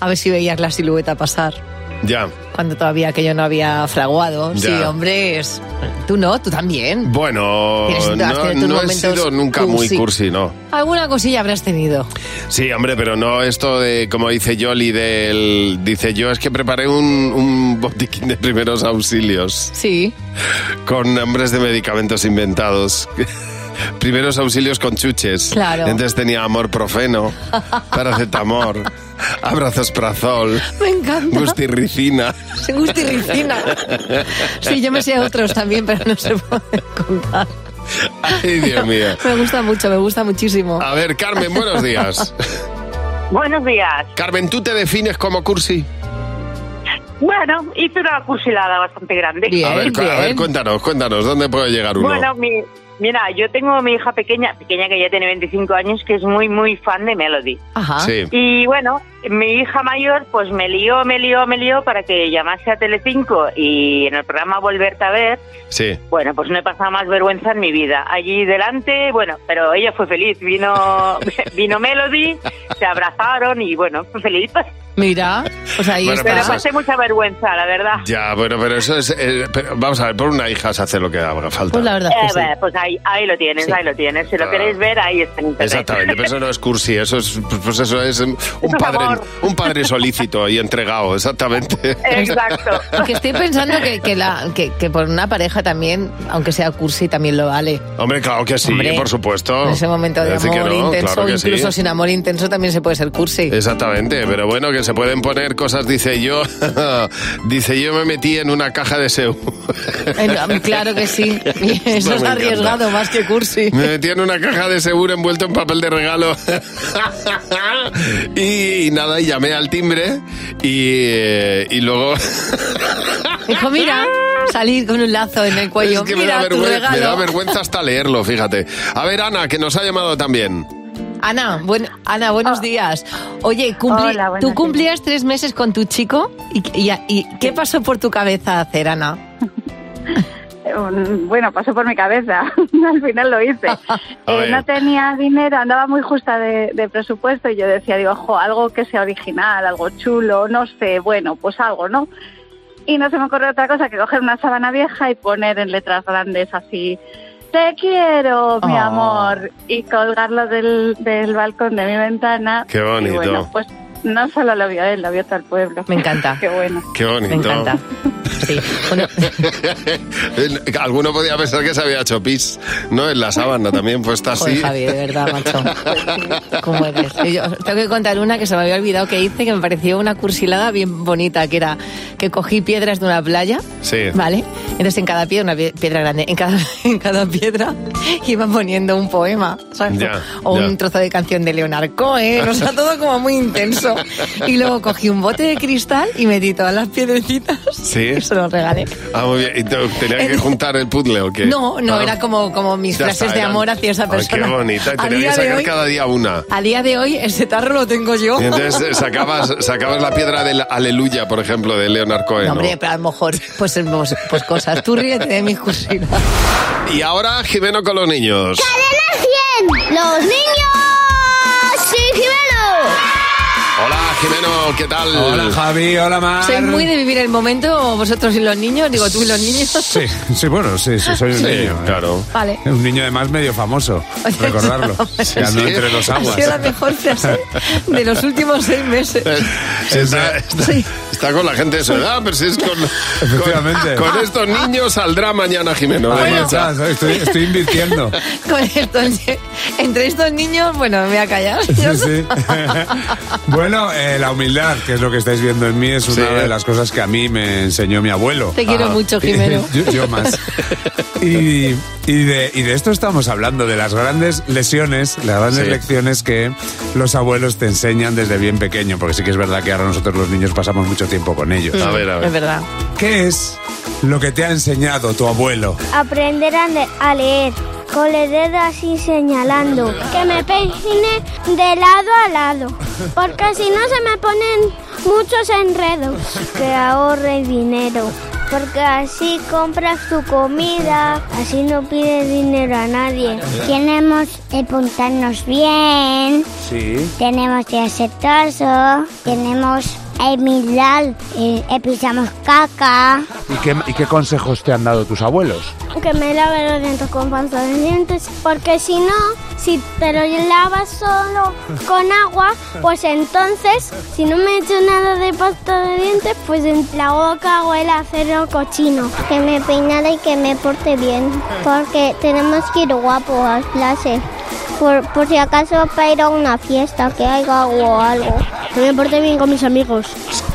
a ver si veías la silueta pasar. Ya. Cuando todavía aquello no había fraguado. Sí, Ya. hombre, es... Tú no, tú también. Bueno, Tienes- has no, tenido tus no he momentos sido nunca cursi. muy cursi, no. Alguna cosilla habrás tenido. Sí, hombre, pero no esto de, como dice Yoli, del, dice yo es que preparé un, un botiquín de primeros auxilios. Sí. Con nombres de medicamentos inventados. primeros auxilios con chuches. Claro. Entonces tenía amor profeno, paracetamol, abrazos prazol, Me encanta. gustirricina. Sí, gustirricina. Sí, yo me sé otros también, pero no se pueden contar. Ay, Dios mío. Me gusta mucho, me gusta muchísimo. A ver, Carmen, buenos días. Buenos días. Carmen, ¿tú te defines como cursi? Bueno, hice una cursilada bastante grande. a, ver, cu- a ver, cuéntanos, cuéntanos, ¿dónde puede llegar uno? Bueno, mi- mira, yo tengo a mi hija pequeña, pequeña que ya tiene 25 años, que es muy, muy fan de Melody. Ajá. Sí. Y bueno, mi hija mayor pues me lió, me lió, me lió para que llamase a Telecinco y en el programa Volverte a ver, Sí. bueno, pues no he pasado más vergüenza en mi vida. Allí delante, bueno, pero ella fue feliz, vino, vino Melody, se abrazaron y bueno, fue feliz. Mira, pues ahí Bueno, está. Pero pasé mucha vergüenza, la verdad. Ya, bueno, pero eso es... eh, pero vamos a ver, por una hija se hace lo que haga falta. la verdad Eh, bueno, pues ahí, ahí lo tienes, ahí lo tienes. Si lo Ah. queréis ver, ahí está en internet. Exactamente, pues- pero eso no es cursi, eso es, pues eso es un padre, un padre solícito y entregado, exactamente. Porque estoy pensando que, que la, que, que por una pareja también, aunque sea cursi, también lo vale. Hombre, claro que sí, Hombre, por supuesto. En ese momento de Decir que amor no, intenso, claro que sí. incluso sin amor intenso, también se puede ser cursi. Exactamente, pero bueno, que se pueden poner cosas, dice yo, dice yo me metí en una caja de seu. Eh, Claro que sí. Esto Eso es me encanta. arriesgado más que cursi. Me metí en una caja de seguro envuelto en papel de regalo. y, nada, y llamé al timbre y, eh, y luego... Dijo, mira, salir con un lazo en el cuello. es que me mira da, tu vergüenza, me regalo. da vergüenza hasta leerlo, fíjate. A ver, Ana, que nos ha llamado también. Ana, buen- Ana, buenos días. Oye, cumplí- Hola, buenos tú días. cumplías tres meses con tu chico y, y- y ¿qué pasó por tu cabeza hacer, Ana? un- bueno, pasó por mi cabeza, al final lo hice. Eh, ver. no tenía dinero, andaba muy justa de, de presupuesto y yo decía, digo, ojo, algo que sea original, algo chulo, no sé, bueno, pues algo, ¿no? Y no se me ocurrió otra cosa que coger una sábana vieja y poner en letras grandes así, te quiero, mi Oh. amor, y colgarlo del, del balcón de mi ventana. Qué bonito. Y bueno, pues no solo lo vio él, lo vio todo el pueblo. Me encanta. Qué bueno. Qué bonito. Me encanta. Alguno podía pensar que se había hecho pis, ¿no? En la sábana también puesta así. Joder, Javi, de verdad, macho. ¿Cómo eres? Y yo tengo que contar una que se me había olvidado que hice, que me pareció una cursilada bien bonita, que era que cogí piedras de una playa. Sí. ¿Vale? Entonces en cada piedra, una pie- piedra grande, en cada, en cada piedra iba poniendo un poema, ¿sabes? Ya, o ya. un trozo de canción de Leonard Cohen, o sea, todo como muy intenso. Y luego cogí un bote de cristal y metí todas las piedrecitas Sí. y se los regalé. Ah, muy bien. ¿Y te- tenía que juntar el puzzle o qué? No, no, Ah. era como, como mis Ya frases está, de eran- amor hacia esa Ay, persona. qué bonita. Y A tenía día que de sacar hoy- cada día una. A día de hoy ese tarro lo tengo yo. Y entonces eh, sacabas, sacabas la piedra del Aleluya, por ejemplo, de Leonard Cohen. No, ¿no? hombre, pero a lo mejor, pues, pues, pues cosas. Tú ríete de mis cursilas. Y ahora Jimeno con los niños. ¡Los niños! ¡Sí, Hola, Jimeno, ¿qué tal? Hola, Javi, hola, Mar. Soy muy de vivir el momento, vosotros y los niños, digo tú y los niños. Sí, sí, bueno, sí, sí, soy un Sí, niño. Claro. Vale. Un niño además medio famoso, recordarlo. Sí, Que andó sí. entre los aguas. Ha sido la mejor frase de los últimos seis meses. Eh, Está, está- está con la gente de su edad, pero si es con, Efectivamente. con, con estos niños saldrá mañana Jimeno. de Además, marcha. ya, estoy, estoy invirtiendo. Con estos- entre estos niños, bueno, me voy a callar. Sí, sí. Bueno, eh, la humildad, que es lo que estáis viendo en mí, es una de las cosas que a mí me enseñó mi abuelo. Te Ah. quiero mucho, Jimeno. yo, yo más. Y, y de, y de esto estamos hablando, de las grandes lesiones, las grandes Sí. lecciones que los abuelos te enseñan desde bien pequeño, porque sí que es verdad que ahora nosotros los niños pasamos mucho tiempo con ellos. A ver, a ver. Es verdad. ¿Qué es lo que te ha enseñado tu abuelo? Aprender a, le- a leer con el dedo así señalando. Que me peine de lado a lado. Porque si no se me ponen muchos enredos. Que ahorre dinero. Porque así compras tu comida, así no pides dinero a nadie. Tenemos que apuntarnos bien. Sí. Tenemos que hacer torso. Tenemos el miral. eh, pisamos caca. ¿Y qué, ¿Y qué consejos te han dado tus abuelos? Que me lave los dientes con pasta de dientes, porque si no, si te lo lavas solo con agua, pues entonces, si no me he hecho nada de pasta de dientes, pues en la boca huele a cerdo cochino. Que me peinara y que me porte bien, porque tenemos que ir guapo a clase. Por, por si acaso para ir a una fiesta, que hay agua o algo. Que me porte bien con mis amigos,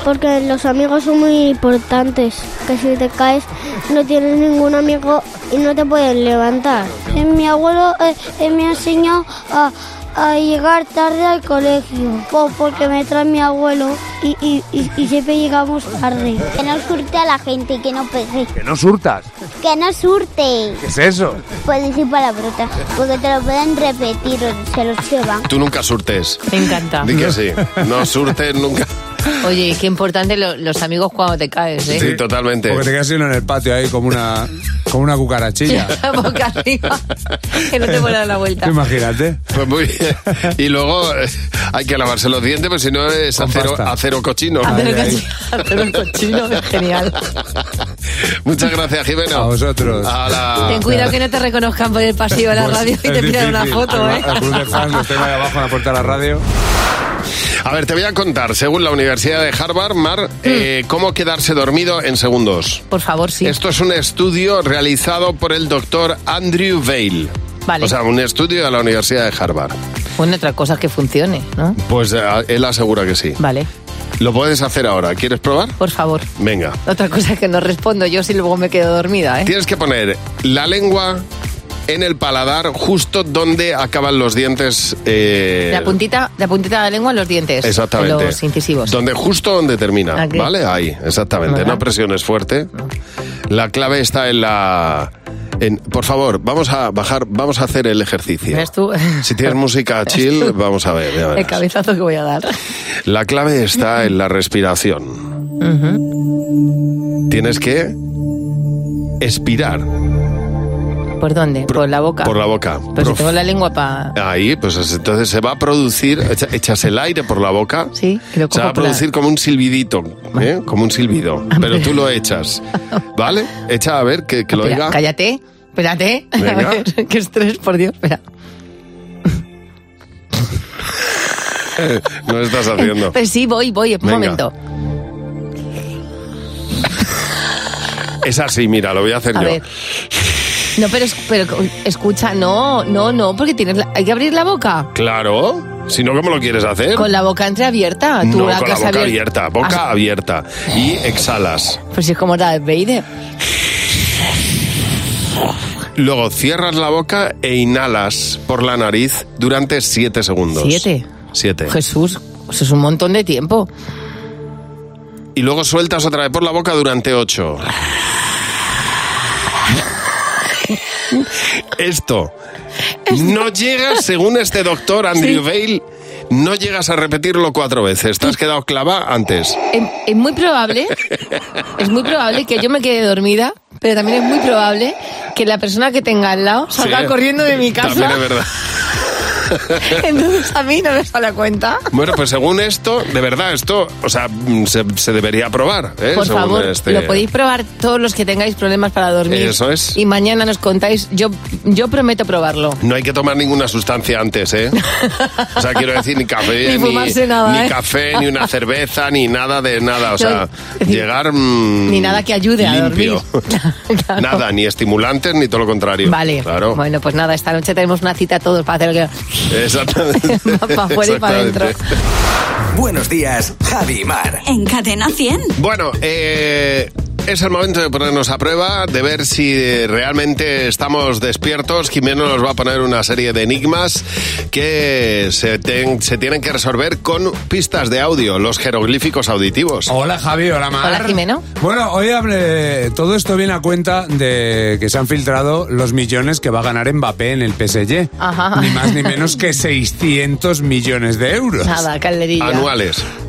porque los amigos son muy importantes. Que si te caes no tienes ningún amigo y no te puedes levantar. mi abuelo eh, eh, me enseñó a, a llegar tarde al colegio, Pues po- porque me trae mi abuelo y, y- y- y siempre llegamos tarde. Que no surte a la gente, que no pegue. Que no surtas. Que no surte. ¿Qué es eso? Puedes decir palabrotas, porque te lo pueden repetir o se los llevan. Tú nunca surtes. Me encanta. Di que sí. No surtes nunca. Oye, qué importante lo- los amigos cuando te caes, ¿eh? Sí, totalmente. Porque te quedas uno en el patio ahí como una, como una cucarachilla. Boca arriba. que no te pueda dar la vuelta. Imagínate. Pues muy bien. Y luego eh, hay que lavarse los dientes, pero si no es acero, acero cochino. Hacer el cochino, hacer el cochino es genial. Muchas gracias, Jimeno. A vosotros. Ah, Ten cuidado que no te reconozcan por el pasillo de la radio y te pidan una foto, ¿eh? El club de fans los tengo ahí abajo en la puerta de la radio. A ver, te voy a contar, según la Universidad de Harvard, Mar, Hmm. eh, cómo quedarse dormido en segundos. Por favor, sí. Esto es un estudio realizado por el doctor Andrew Vail. Vale. O sea, un estudio de la Universidad de Harvard. Bueno, otra cosa es que funcione, ¿no? Pues eh, él asegura que sí. Vale. Lo puedes hacer ahora. ¿Quieres probar? Por favor. Venga. Otra cosa es que no respondo yo si luego me quedo dormida, ¿eh? Tienes que poner la lengua en el paladar justo donde acaban los dientes. eh, La puntita, la puntita de la lengua en los dientes. Exactamente. en Los incisivos. Donde justo donde termina, Aquí. ¿vale? Ahí, exactamente. Ajá. No presiones fuerte. La clave está en la en- por favor, vamos a bajar, vamos a hacer el ejercicio. ¿Ves tú? Si tienes música chill, vamos a ver. ya El verás. cabezazo que voy a dar. La clave está en la respiración. Ujú. Tienes que Pues expirar ¿Por dónde? Por, la boca. por la boca. Pero si Prof- tengo la lengua para... Ahí, pues es- entonces se va a producir, echa- echas el aire por la boca. Sí, y lo Se cojo por va a la- producir como un silbidito, ¿eh? como un silbido. Pero tú lo echas, ¿vale? Echa a ver que, que lo Espera, oiga. Cállate, espérate. Venga. A ver, qué estrés, por Dios. Espera. no lo estás haciendo. Pues sí, voy, voy, un Venga. momento. Es así, mira, lo voy a hacer A yo. ver. No, pero, es- pero escucha, no, no, no, porque tienes la- hay que abrir la boca. Claro, si no, ¿cómo lo quieres hacer? Con la boca entreabierta. Tú no, con la que has boca abierto- Ah. abierta, boca Has- abierta. Y exhalas. Pues si es como Darth Vader. Luego cierras la boca e inhalas por la nariz durante 7 segundos. Siete. Pues Siete. Jesús, eso es un montón de tiempo. Y luego sueltas otra vez por la boca durante 8. Esto. No llegas, según este doctor Andrew Vail, no llegas a repetirlo cuatro veces. Te has quedado clava antes. Es, es muy probable, es muy probable que yo me quede dormida, pero también es muy probable que la persona que tenga al lado salga Sí, corriendo de mi casa. También es verdad. Entonces a mí no me sale a cuenta. Bueno, pues según esto, de verdad, esto, o sea, mm, se, se debería probar. ¿eh? Por Según favor, este- lo podéis probar todos los que tengáis problemas para dormir. Eso es. Y mañana nos contáis, yo, yo prometo probarlo. No hay que tomar ninguna sustancia antes, ¿eh? O sea, quiero decir, ni Ni café, fumarse nada, ni ¿eh? café, ni una cerveza, ni nada de nada. O No, sea, llegar... mm, Ni nada que ayude a dormir. Claro. Nada, ni estimulantes, ni todo lo contrario. Vale. Claro. Bueno, pues nada, esta noche tenemos una cita todos para hacer que... Exactamente. Pa' fuera y pa' dentro. Buenos días, Javi y Mar. En Cadena 100. Bueno, eh, es el momento de ponernos a prueba, de ver si eh, realmente estamos despiertos. Jimeno nos va a poner una serie de enigmas que se, ten- se tienen que resolver con pistas de audio, los jeroglíficos auditivos. Hola Javi, hola Mar. Hola, Jimeno. Bueno, hoy hablé, todo esto viene a cuenta de que se han filtrado los millones que va a ganar Mbappé en el PSG. Ajá. Ni más ni menos que 600 millones de euros. Nada, calderilla.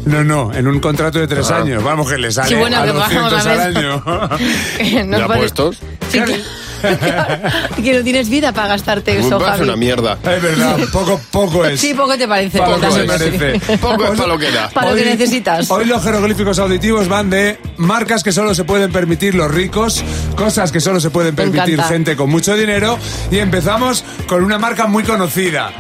No, no, en un contrato de tres Ah. años. Vamos que le sale Sí, bueno, a que vamos 200 a al ver. año. No os parece- Sí, que, que no tienes vida para gastarte eso, Vas Javi. una mierda. Es verdad, poco, poco es. Sí, poco te parece. Pues, Poco se totalmente, sí. merece. Poco es para lo que da. Para lo que necesitas. Hoy los jeroglíficos auditivos van de marcas que solo se pueden permitir los ricos, cosas que solo se pueden Me permitir encanta. gente con mucho dinero y empezamos con una marca muy conocida.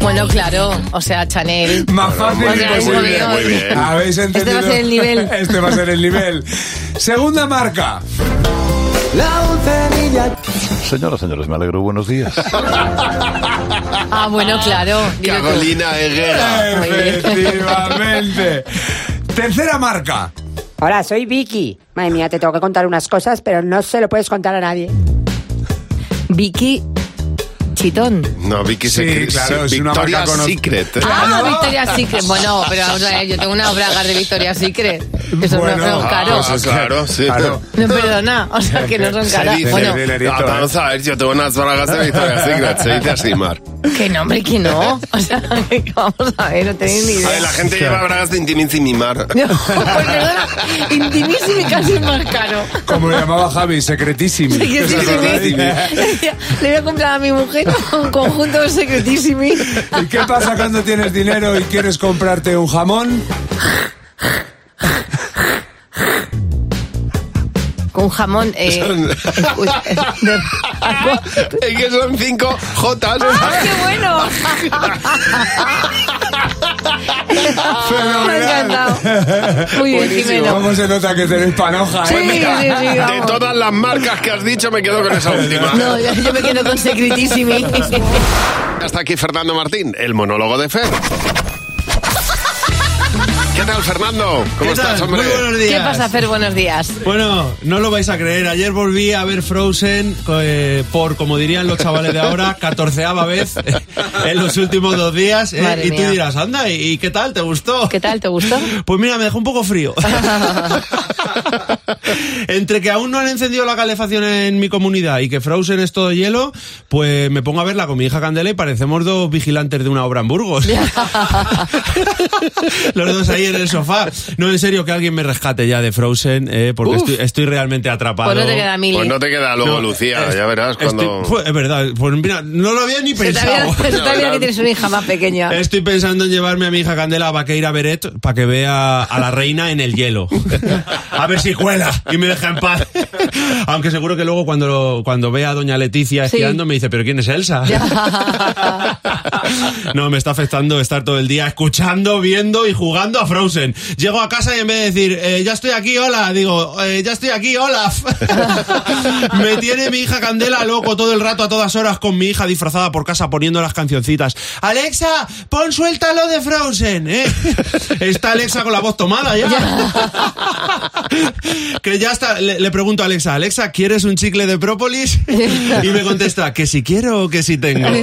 Bueno, claro, o sea, Chanel. Más fácil O sea, imposible. muy bien, muy bien. ¿Habéis Este entendido? va a ser el nivel. Este va a ser el nivel. Segunda marca. Señoras, señores, me alegro. Buenos días. Ah, bueno, claro. dilo tú. Carolina Herrera. Muy bien. Efectivamente. Tercera marca. Hola, soy Vicky. Madre mía, te tengo que contar unas cosas, pero no se lo puedes contar a nadie. Vicky Chitón. No, Vicky Sí, Secret. claro, sí, es una Victoria's marca cono- Secret. Ah, Victoria's Secret. Bueno, pero vamos a ver, yo tengo unas bragas de Victoria's Secret. Que son unos Bueno, unos caros. pues claro, sí. No, perdona, o sea, que no son caras. Bueno, Ah, vamos a ver, yo tengo unas bragas de Victoria's Secret, se dice así, Mar. que no, hombre, que no. O sea, que vamos a ver, no tenéis ni A ver, idea. la gente lleva bragas de Intimín y Mar. Perdona, intimísimo y casi es más caro. Como lo llamaba Javi, secretísimo. Secretísimo. ¿Os acordáis? Decía, Le voy a comprar a mi mujer un conjunto de secretísimi. ¿Y qué pasa cuando tienes dinero y quieres comprarte un jamón? Con jamón. Eh, escucha, Es que son cinco Jotas. ¡Ah, qué bueno! Me ha encantado. Muy bien, Buenísimo. Jimeno. ¿Cómo se nota que tenéis panoja? Sí, eh? sí, sí, Pues De vamos. todas las marcas que has dicho, me quedo con esa última. No, yo, yo me quedo con secretísimi. Hasta aquí Fernando Martín, el monólogo de Fer. ¿Qué tal, Fernando? ¿Cómo ¿Qué tal? estás, hombre? Muy buenos días. ¿Qué pasa, Fer? Buenos días. Bueno, no lo vais a creer. Ayer volví a ver Frozen eh, por, como dirían los chavales de ahora, catorceava vez en los últimos dos días. eh, Madre y tú mía. dirás, anda, ¿y, y qué tal? ¿Te gustó? ¿Qué tal? ¿Te gustó? Pues mira, me dejó un poco frío. Entre que aún no han encendido la calefacción en mi comunidad y que Frozen es todo hielo, pues me pongo a verla con mi hija Candela y parecemos dos vigilantes de una obra en Burgos. Los dos ahí en el sofá. No, en serio, que alguien me rescate ya de Frozen, eh, porque Uf. estoy, estoy realmente atrapado. Pues no te queda mili. Pues no te queda luego, Lucía, ya verás cuando- Estoy- es verdad, pues mira, no lo había ni Se te pensado. había- se te había que tienes una hija más pequeña. Estoy pensando en llevarme a mi hija Candela a Vaqueira Beret para que vea a la reina en el hielo. A ver si cuela y me deja en paz. Aunque seguro que luego cuando, lo- cuando vea a doña Leticia Sí. esquiando me dice, pero ¿quién es Elsa? No, me está afectando estar todo el día escuchando, viendo y jugando a Frozen. Llego a casa y en vez de decir, eh, ya estoy aquí, hola, digo, "Eh, ya estoy aquí, Olaf. me tiene mi hija Candela loco todo el rato, a todas horas, con mi hija disfrazada por casa poniendo las cancioncitas. Alexa, pon suéltalo de Frozen, ¿eh? Está Alexa con la voz tomada ya. que ya está, le, le pregunto a Alexa, Alexa, ¿quieres un chicle de própolis? y me contesta, que si quiero o que si tengo.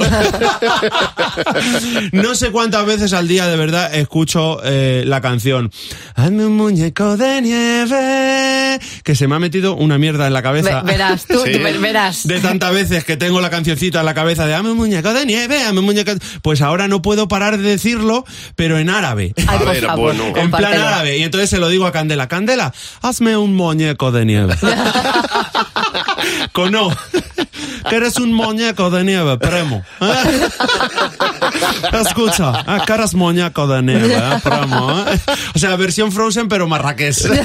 No sé cuántas veces al día de verdad escucho eh, la canción Hazme un muñeco de nieve que se me ha metido una mierda en la cabeza. Ve- verás, tú- tú ver- verás. De tantas veces que tengo la cancioncita en la cabeza de Hazme un muñeco de nieve, hazme un muñeco... de-". Pues ahora no puedo parar de decirlo, pero en árabe. Ay, A por ver, favor, bueno. En plan compártelo. árabe. Y entonces se lo digo a Candela. Candela, hazme un muñeco de nieve. Cono, que eres un muñeco de nieve, primo. ¿eh? Escucha, ah, caras muñeco de nieve, ¿eh? primo. ¿eh? O sea, versión Frozen, pero marraqués.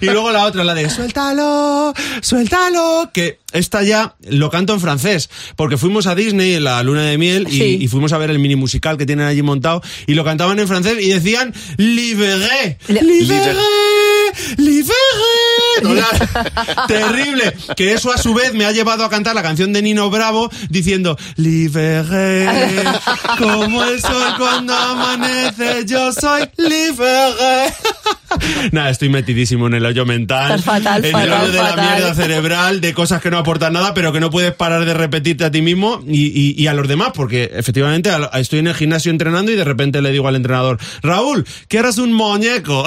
Y luego la otra, la de suéltalo, suéltalo, que esta ya lo canto en francés, porque fuimos a Disney en la luna de miel y, Sí. y fuimos a ver el mini musical que tienen allí montado y lo cantaban en francés y decían libéré, libéré, libéré. Hola. Terrible. Que eso a su vez me ha llevado a cantar la canción de Nino Bravo diciendo Liberé, como el sol cuando amanece, yo soy liberé. Nada, estoy metidísimo en el hoyo mental. Estás fatal, en el fatal, hoyo de la fatal. mierda cerebral, de cosas que no aportan nada, pero que no puedes parar de repetirte a ti mismo y, y- y a los demás, porque efectivamente al- estoy en el gimnasio entrenando y de repente le digo al entrenador, Raúl, que eres un muñeco.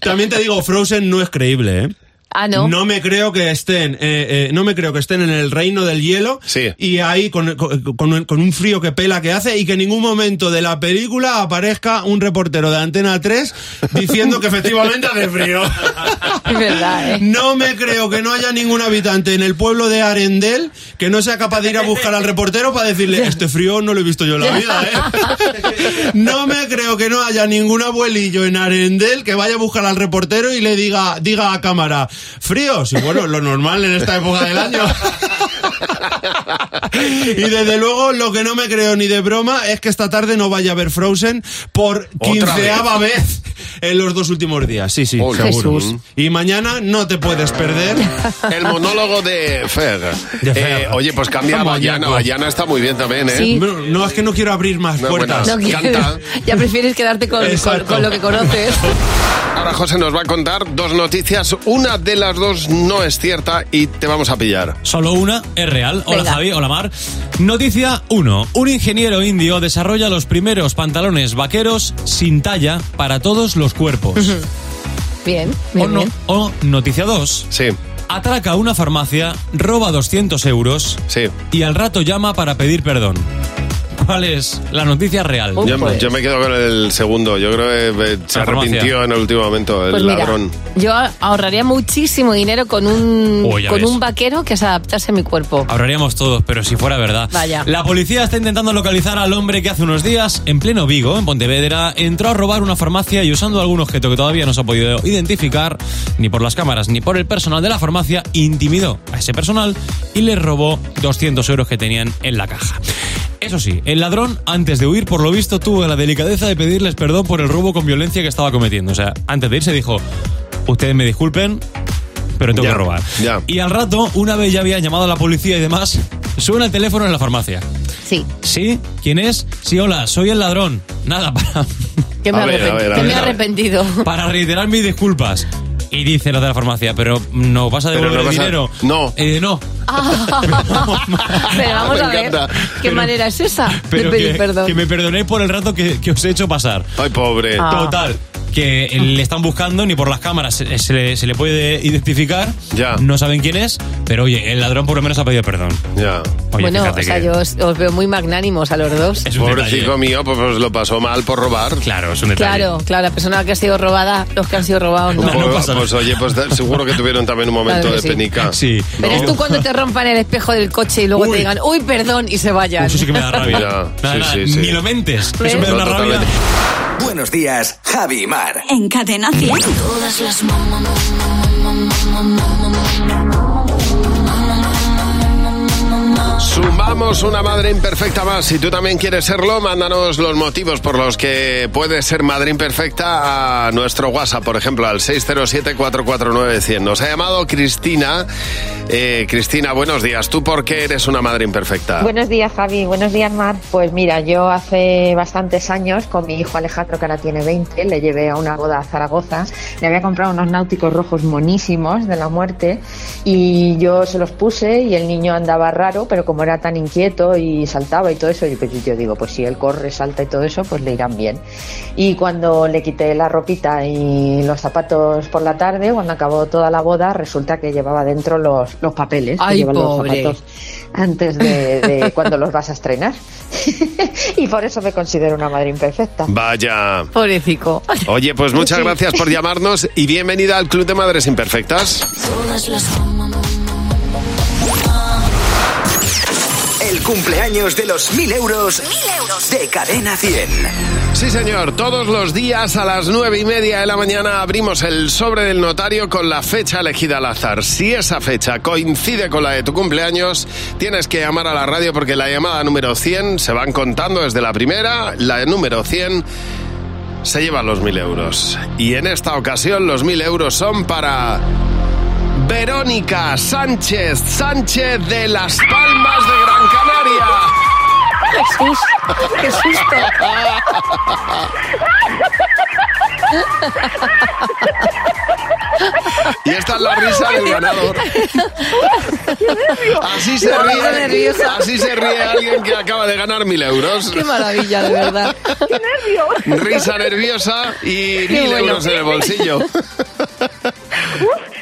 También te digo, Frozen no es creíble, ¿eh? Ah, no. me creo que estén, eh, eh, no me creo que estén en el reino del hielo y ahí con, con- con- con un frío que pela que hace y que en ningún momento de la película aparezca un reportero de Antena 3 diciendo que efectivamente hace frío. Es verdad, ¿eh? No me creo que no haya ningún habitante en el pueblo de Arendel que no sea capaz de ir a buscar al reportero para decirle, este frío no lo he visto yo en la vida, ¿eh? No me creo que no haya ningún abuelillo en Arendel que vaya a buscar al reportero y le diga, diga a cámara, frío, sí, bueno, lo normal en esta época del año. Y desde luego lo que no me creo ni de broma es que esta tarde no vaya a ver Frozen por quinceava vez. en los dos últimos días. Sí, sí, seguro. Jesús. Y mañana no te puedes perder. El monólogo de Fer. Eh, oye, pues cambia a Bayana. Bayana está muy bien también, ¿eh? Sí. Bueno, No, es que no quiero abrir más No, puertas. bueno, No quieres- ya prefieres quedarte con, con- Exacto. con lo que conoces. Ahora José nos va a contar dos noticias. Una de las dos no es cierta y te vamos a pillar. Solo una es real. Hola Venga. Javi, hola Mar. Noticia 1. Un ingeniero indio desarrolla los primeros pantalones vaqueros sin talla para todos los cuerpos. Bien, O, bien, Oh, no- bien. o noticia 2. Sí. Atraca una farmacia, roba 200 euros y al rato llama para pedir perdón. ¿Cuál es la noticia real? Yo, yo me quedo con el segundo. Yo creo que eh, se La farmacia. arrepintió en el último momento el Pues mira. ladrón. Yo ahorraría muchísimo dinero con un, Oh, ya con ves. un vaquero que se adaptase a mi cuerpo. Ahorraríamos todos, pero si fuera verdad. Vaya. La policía está intentando localizar al hombre que hace unos días, en pleno Vigo, en Pontevedra, entró a robar una farmacia y usando algún objeto que todavía no se ha podido identificar, ni por las cámaras ni por el personal de la farmacia, intimidó a ese personal y les robó 200 euros que tenían en la caja. Eso sí, el ladrón, antes de huir, por lo visto, tuvo la delicadeza de pedirles perdón por el robo con violencia que estaba cometiendo. O sea, antes de irse dijo, ustedes me disculpen, pero tengo Ya, que robar. Y al rato, una vez ya había llamado a la policía y demás, suena el teléfono en la farmacia. Sí. ¿Sí? ¿Quién es? Sí, hola, soy el ladrón. Nada, para... Que me, arrepen- que me he arrepentido. Para reiterar mis disculpas. Y dice la de la farmacia, pero no vas a Pero devolver no el vas a- dinero. No. no. Ah, Pero vamos Ah, Me a ver, encanta. ¿qué Pero- manera es esa de Pero pedir que, perdón? que me perdonéis por el rato que, que os he hecho pasar. Ay, pobre. Ah. Total. Que le están buscando, ni por las cámaras se, se le, se le puede identificar. Ya. No saben quién es, pero oye, el ladrón por lo menos ha pedido perdón. Ya. Oye, bueno, fíjate o sea, que- yo os, os veo muy magnánimos a los dos. Es un Pobrecito detalle. mío, pues, pues, lo pasó mal por robar. Claro, es un Claro, claro, la persona que ha sido robada, los que han sido robados no. pues, pues, oye, pues da- seguro que tuvieron también un momento Claro que de sí. penica. Sí. Pero es tú cuando te rompan el espejo del coche y luego te digan, uy, perdón, y se vayan. Eso sí que me da rabia. Nada, nada, Ni lo mentes. Eso me da una rabia. Buenos días, Javi y Mar. En Cadena 100. Todas las Sumamos una madre imperfecta más. Si tú también quieres serlo, mándanos los motivos por los que puedes ser madre imperfecta a nuestro WhatsApp, por ejemplo, al 607-449-100. Nos ha llamado Cristina. Eh, Cristina, buenos días. ¿Tú por qué eres una madre imperfecta? Buenos días, Javi. Buenos días, Mar. Pues mira, yo hace bastantes años, con mi hijo Alejandro, que ahora tiene 20, le llevé a una boda a Zaragoza. Le había comprado unos náuticos rojos monísimos de la muerte y yo se los puse y el niño andaba raro, pero como era tan inquieto y saltaba y todo eso, yo, pues yo digo, pues si él corre, salta y todo eso, pues le irán bien. Y cuando le quité la ropita y los zapatos por la tarde, cuando acabó toda la boda, resulta que llevaba dentro los, los papeles. que Ay, llevan los pobre. zapatos antes de, de cuando los vas a estrenar. y por eso me considero una madre imperfecta. Vaya. Pobrecico. Oye, pues muchas Sí. gracias por llamarnos y bienvenida al Club de Madres Imperfectas. El cumpleaños de los mil euros, de Cadena 100. Sí, señor. Todos los días a las nueve y media de la mañana abrimos el sobre del notario con la fecha elegida al azar. Si esa fecha coincide con la de tu cumpleaños, tienes que llamar a la radio porque la llamada número 100 se van contando desde la primera. La de número 100 se lleva los mil euros. Y en esta ocasión los mil euros son para Verónica Sánchez Sánchez de Las Palmas de Gran Canaria. Jesús, qué Y esta es la risa del ganador. Así se Me ríe, pongo nerviosa. así se ríe alguien que acaba de ganar mil euros. Qué maravilla, de verdad. Qué nervios. Risa nerviosa y Qué mil bueno. euros en el bolsillo.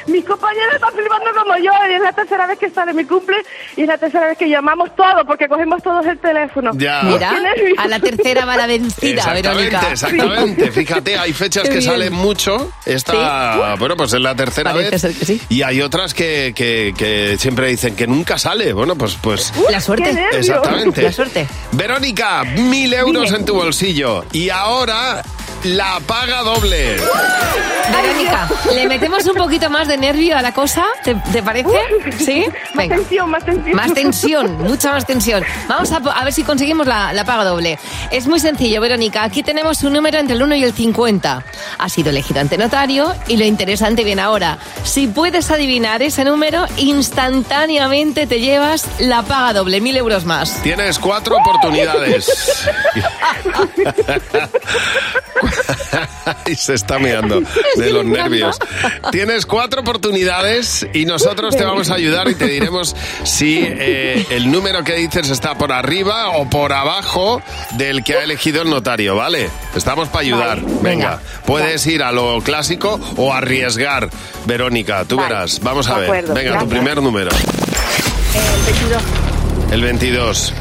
Mis compañeros están flipando como yo y es la tercera vez que sale mi cumple y es la tercera vez que llamamos todos porque cogemos todos el teléfono. Ya. Mira, Qué nervios. a la tercera va la vencida, Verónica. exactamente, exactamente. Fíjate, hay fechas Qué que bien. salen mucho. Esta, bueno, pues es la tercera Parece vez. ser que sí. Y hay otras que, que- que siempre dicen que nunca sale. Bueno, pues, pues. La suerte. Exactamente. La suerte. Verónica, mil euros en tu bolsillo. Y ahora la paga doble. Verónica, ¿le metemos un poquito más de nervio a la cosa? ¿Te, te parece? ¿Sí? Venga. Más tensión, más tensión. Más tensión, mucha más tensión. Vamos a, po- a ver si conseguimos la, la paga doble. Es muy sencillo, Verónica. Aquí tenemos un número entre el 1 y el 50. Ha sido elegido ante notario y lo interesante viene ahora. Si puedes adivinar ese número, instantáneamente te llevas la paga doble, mil euros más. Tienes cuatro oportunidades. y se está meando de los nervios. Tienes cuatro oportunidades y nosotros te vamos a ayudar y te diremos si eh, el número que dices está por arriba o por abajo del que ha elegido el notario, ¿vale? Estamos para ayudar. Venga, puedes ir a lo clásico o arriesgar. Verónica, tú verás. Vamos a de ver. acuerdo, Venga, tu gracias. primer número. El tejido. El 22.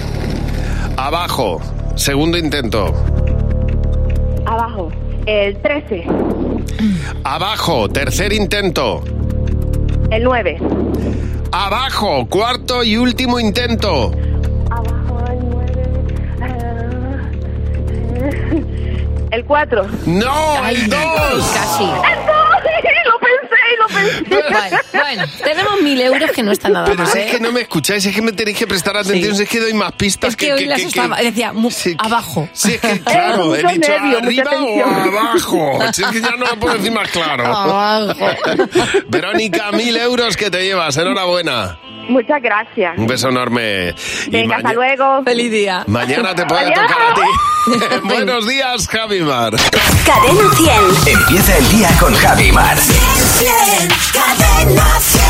Abajo. Segundo intento. Abajo. El 13. Abajo. Tercer intento. El 9. Abajo. Cuarto y último intento. Ah. El 4. No, el 2. Casi. Lo pensé, lo pensé. Vale, bueno, tenemos mil euros que no está nada Pero mal. si ¿eh? es que no me escucháis, es que me tenéis que prestar atención, si es que doy más pistas Es que hoy las estaba- decía, mu- abajo. Eh, Si es que, claro, he dicho arriba o abajo. Si es que ya no lo puedo decir más claro. Abajo. Verónica, mil euros que te llevas, enhorabuena. Muchas gracias. Un beso enorme. Y Venga, maña- hasta luego. Feliz día. mañana te puede Adiós. tocar a ti. Buenos días, Javi Mar. Cadena 100. Empieza el día con Javi Mar. Cadena 100.